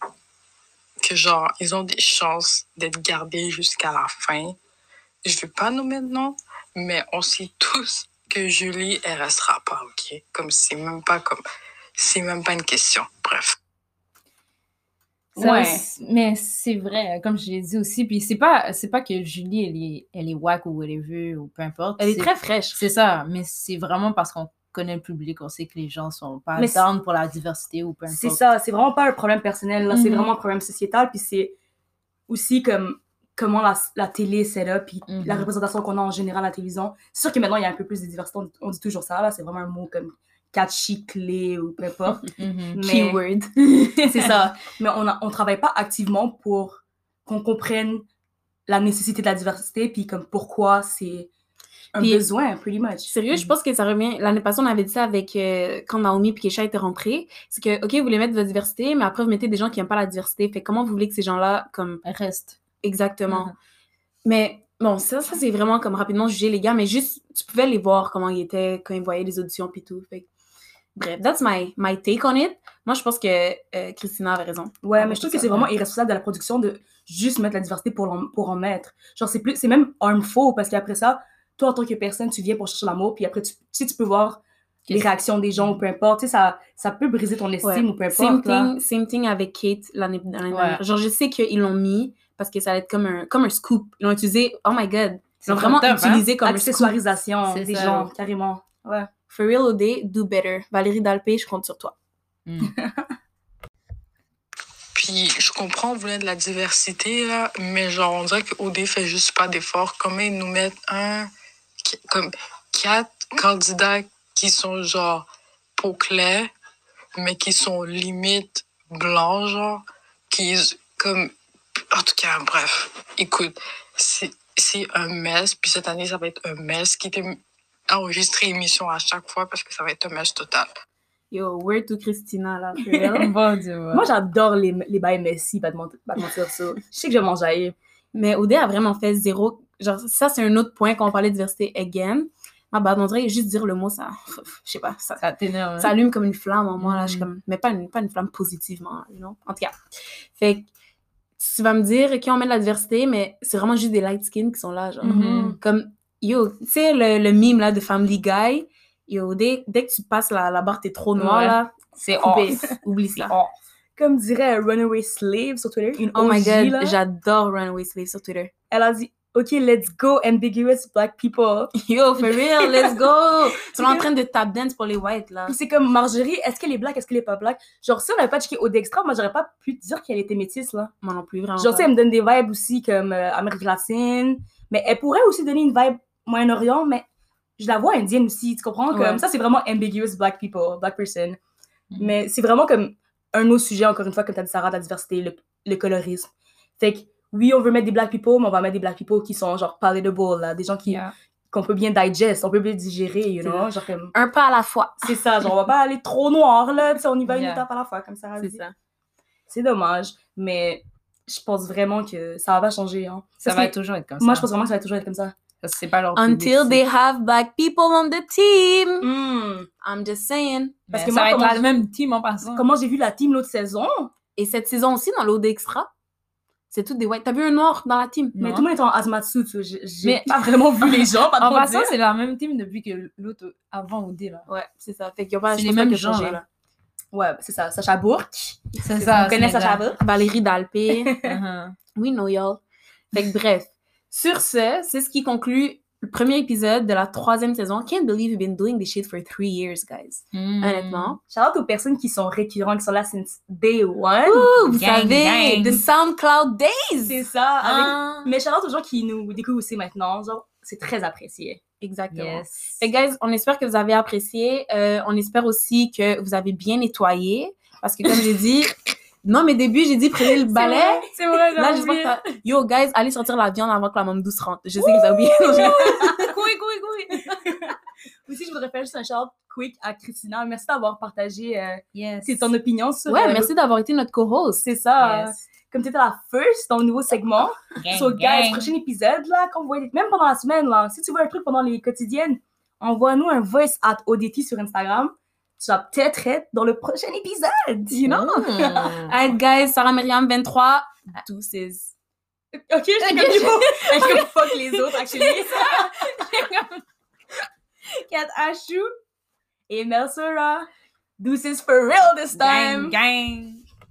Speaker 4: que genre ils ont des chances d'être gardés jusqu'à la fin. Je vais pas nommer de nom, mais on sait tous que Julie elle restera pas, ok, comme c'est même pas comme c'est même pas une question. Bref.
Speaker 3: Ça,
Speaker 2: Ouais.
Speaker 3: c- Mais c'est vrai, comme je l'ai dit aussi. Puis c'est pas, c'est pas que Julie, elle est, elle est wack ou elle est vue ou peu importe.
Speaker 1: Elle est
Speaker 3: c'est-
Speaker 1: très fraîche.
Speaker 3: C'est ça, mais c'est vraiment parce qu'on connaît le public, on sait que les gens sont pas
Speaker 2: Mais
Speaker 3: down pour la diversité ou peu importe.
Speaker 2: C'est ça, c'est vraiment pas un problème personnel, là, c'est
Speaker 3: Mhm.
Speaker 2: vraiment un problème sociétal, puis c'est aussi comme comment la, la télé est set up, puis
Speaker 3: Mhm.
Speaker 2: la représentation qu'on a en général à la télévision. C'est sûr que maintenant, il y a un peu plus de diversité, on, on dit toujours ça, là, c'est vraiment un mot comme catchy, clé ou peu importe.
Speaker 3: Mhm.
Speaker 2: mais
Speaker 1: Keyword.
Speaker 2: c'est ça, mais on, a- on travaille pas activement pour qu'on comprenne la nécessité de la diversité, puis comme pourquoi c'est un
Speaker 1: Puis-
Speaker 2: besoin, pretty much.
Speaker 1: Sérieux, je pense que ça revient. L'année passée, on avait dit ça avec euh, quand Naomi et Kesha étaient rentrées. C'est que, OK, vous voulez mettre de la diversité, mais après, vous mettez des gens qui n'aiment pas la diversité. Fait comment vous voulez que ces gens-là, comme,
Speaker 3: Reste.
Speaker 1: exactement.
Speaker 3: Mm-hmm.
Speaker 1: Mais bon, ça, ça c'est vraiment comme rapidement juger les gars, mais juste, tu pouvais les voir comment ils étaient quand ils voyaient les auditions puis tout. Fait que, Bref, that's my, my take on it. Moi, je pense que euh, Christina avait raison.
Speaker 2: Ouais,
Speaker 1: Ah,
Speaker 2: mais
Speaker 1: ouais,
Speaker 2: je trouve
Speaker 1: c'est
Speaker 2: que c'est
Speaker 1: ça.
Speaker 2: vraiment irresponsable de la production de juste mettre la diversité pour en, pour en mettre. Genre, c'est plus, c'est même harmful parce qu'après ça, toi, en tant que personne, tu viens pour chercher l'amour, puis après, tu, tu sais, tu peux voir les
Speaker 3: Qu'est-ce-
Speaker 2: réactions des gens ou peu importe. Tu sais, ça, ça peut briser ton estime
Speaker 1: Ouais.
Speaker 2: ou peu
Speaker 1: Same
Speaker 2: importe. là.
Speaker 1: thing, same thing avec Kate l'année l'année
Speaker 3: Ouais.
Speaker 1: dernière. Genre, je sais qu'ils l'ont mis parce que ça allait être comme un, comme un scoop. Ils l'ont utilisé, oh my god. Ils
Speaker 3: C'est
Speaker 1: l'ont vraiment
Speaker 3: fucked up, hein?
Speaker 1: utilisé comme un scoop.
Speaker 2: Accessoirisation
Speaker 3: C'est
Speaker 2: des
Speaker 3: ça.
Speaker 2: gens, carrément. Ouais.
Speaker 1: For real, Odé, do better. Valérie Dalpé, je compte sur toi.
Speaker 3: Mm.
Speaker 4: Puis je comprends, on voulait de la diversité, là, mais genre, on dirait qu'OD fait juste pas d'effort. Comment ils nous mettent un, qui- comme quatre candidats qui sont genre peau claire, mais qui sont limite blancs, genre, qui, comme, en tout cas, bref, écoute, c'est c'est un mess, puis cette année, ça va être un mess, qui était enregistré émission à chaque fois parce que ça va être un mess total.
Speaker 1: Yo, where to Christina, là, for real.
Speaker 3: Bon Dieu. ouais.
Speaker 2: Moi, j'adore les, les bails Messi, pas de mentir, pas de mentir ça. Je sais que je vais m'en jaillir.
Speaker 1: Mais Odé a vraiment fait zéro. Genre, ça, c'est un autre point quand on parlait de diversité again. Ah, bah, on dirait juste dire le mot, ça. Je sais pas, ça,
Speaker 3: Ça t'énerve. hein?
Speaker 1: ça allume comme une flamme en moi, là. Je suis
Speaker 3: Mm.
Speaker 1: comme, mais pas une, pas une flamme positivement, you know? En tout cas. Fait que tu vas me dire, OK, on met de la diversité, mais c'est vraiment juste des light skins qui sont là, genre.
Speaker 3: Mhm.
Speaker 1: Comme, yo, tu sais, le, le mime, là, de Family Guy, yo, dès, dès que tu passes la, la barre, t'es trop noir,
Speaker 3: Ouais.
Speaker 1: là,
Speaker 3: C'est
Speaker 1: coupé.
Speaker 3: off.
Speaker 1: Oublie ça.
Speaker 3: off.
Speaker 2: Comme dirait Runaway Slave sur Twitter, une
Speaker 1: Oh my
Speaker 2: OG,
Speaker 1: god,
Speaker 2: là,
Speaker 1: j'adore Runaway Slave sur Twitter.
Speaker 2: elle a dit « Ok, let's go, ambiguous black people
Speaker 1: Yo, for real, let's go! Ils sont en train de tap dance pour les whites, ». là.
Speaker 2: Puis c'est comme Marjorie, est-ce qu'elle est black, est-ce qu'elle est pas black Genre, si on n'avait pas checké au Dextra, moi, j'aurais pas pu dire qu'elle était métisse, là.
Speaker 1: Moi non plus, vraiment.
Speaker 2: Genre, tu sais,
Speaker 1: pas.
Speaker 2: elle me donne des vibes aussi comme euh, Amérique latine, mais elle pourrait aussi donner une vibe Moyen-Orient, mais je la vois indienne aussi, tu comprends? Comme
Speaker 1: Ouais. Mm-hmm.
Speaker 2: ça, c'est vraiment ambiguous black people, black person.
Speaker 3: Mhm.
Speaker 2: Mais c'est vraiment comme un autre sujet, encore une fois, comme t'as dit Sarah, de la diversité, le, le colorisme. Fait que oui, on veut mettre des black people, mais on va mettre des black people qui sont genre palatable, là, des gens qui
Speaker 3: Yeah.
Speaker 2: qu'on peut bien digest, on peut bien digérer, you
Speaker 1: C'est
Speaker 2: know? Genre comme,
Speaker 1: Un pas à la fois.
Speaker 2: c'est ça, genre on va pas aller trop noir, là, tu sais, on y va une
Speaker 3: Yeah.
Speaker 2: étape à la fois, comme Sarah
Speaker 1: Ah, C'est
Speaker 2: dit.
Speaker 1: ça.
Speaker 2: C'est dommage, mais je pense vraiment que ça va pas changer, hein.
Speaker 3: Ça
Speaker 2: Parce
Speaker 3: va
Speaker 2: que-
Speaker 3: toujours être comme ça.
Speaker 2: moi, je pense vraiment que ça va toujours être comme ça.
Speaker 3: Parce que c'est pas leur
Speaker 1: Until
Speaker 3: public,
Speaker 1: they have black people on the team.
Speaker 2: Mm.
Speaker 1: I'm just saying.
Speaker 3: c'est-
Speaker 2: parce
Speaker 3: Mais
Speaker 2: que
Speaker 3: ça
Speaker 2: moi,
Speaker 3: va être
Speaker 2: comment
Speaker 3: la
Speaker 2: je-
Speaker 3: même team en passant.
Speaker 2: Comment j'ai vu la team l'autre saison,
Speaker 1: Et cette saison aussi, dans l'Ode Extra, c'est toutes des whites. T'as vu un noir dans la team?
Speaker 2: mais
Speaker 3: Non.
Speaker 2: tout le monde est en Asmatsu, tu vois, j'ai j'ai
Speaker 3: Mais-
Speaker 2: pas vraiment vu les gens, pas
Speaker 3: En
Speaker 2: trop
Speaker 3: passant,
Speaker 2: dire.
Speaker 3: c'est la même team depuis que l'autre avant OD là.
Speaker 1: Ouais, c'est ça. Fait qu'il y a pas
Speaker 3: C'est
Speaker 1: je
Speaker 3: les
Speaker 1: pense pas
Speaker 3: mêmes
Speaker 1: qu'il y a
Speaker 3: gens,
Speaker 1: changé,
Speaker 3: là.
Speaker 2: Ouais, c'est ça, Sacha Bourque.
Speaker 3: C'est
Speaker 2: On connaît Sacha Bourque.
Speaker 1: Valérie Dalpé.
Speaker 3: Uh-huh.
Speaker 1: We know y'all. Fait que bref. Sur ce, c'est ce qui conclut le premier épisode de la troisième saison. Can't believe we've been doing this shit for three years, guys.
Speaker 3: Mm.
Speaker 1: Honnêtement.
Speaker 2: Shout out aux personnes qui sont récurrentes, qui sont là since day one.
Speaker 1: Ouh, vous
Speaker 3: Gang,
Speaker 1: savez,
Speaker 3: gang.
Speaker 1: the SoundCloud
Speaker 2: C'est
Speaker 1: Days!
Speaker 2: ça. avec-
Speaker 3: Ah.
Speaker 2: Mais shout out aux gens qui nous découvrent aussi maintenant, genre, c'est très apprécié.
Speaker 1: Exactement.
Speaker 3: Yes.
Speaker 1: Fait que, guys, on espère que vous avez apprécié. Euh, on espère aussi que vous avez bien nettoyé. Parce que, comme j'ai dit, non, mais début, j'ai dit prenez le balai.
Speaker 2: C'est vrai,
Speaker 1: Là, je vois que t'as- Yo, guys, allez sortir la viande avant que la maman douce rentre. Je sais que vous avez oublié. Non, je-
Speaker 2: Couille, couille, couille. Aussi, je voudrais faire juste un shout out quick à Christina. Merci d'avoir partagé euh,
Speaker 3: Yes.
Speaker 2: ton opinion sur
Speaker 1: Ouais,
Speaker 2: euh,
Speaker 1: merci d'avoir été notre co-host.
Speaker 2: C'est ça. hein.
Speaker 3: Yes.
Speaker 2: Comme tu étais la first dans le nouveau segment.
Speaker 3: Gang,
Speaker 2: so, guys,
Speaker 3: gang.
Speaker 2: prochain épisode, là, qu'on voit, même pendant la semaine, là, si tu veux un truc pendant les quotidiennes, envoie-nous un voice at ODT sur Instagram. Tu vas peut-être être dans le prochain épisode, you know?
Speaker 3: Mm.
Speaker 1: Alright, guys, Sarah Myriam 23, douces.
Speaker 2: Ok, je suis comme du coup. Je suis comme fuck les autres, actually. Kat Ashou et Mel Sora. Deuces for real this time.
Speaker 3: Gang, gang.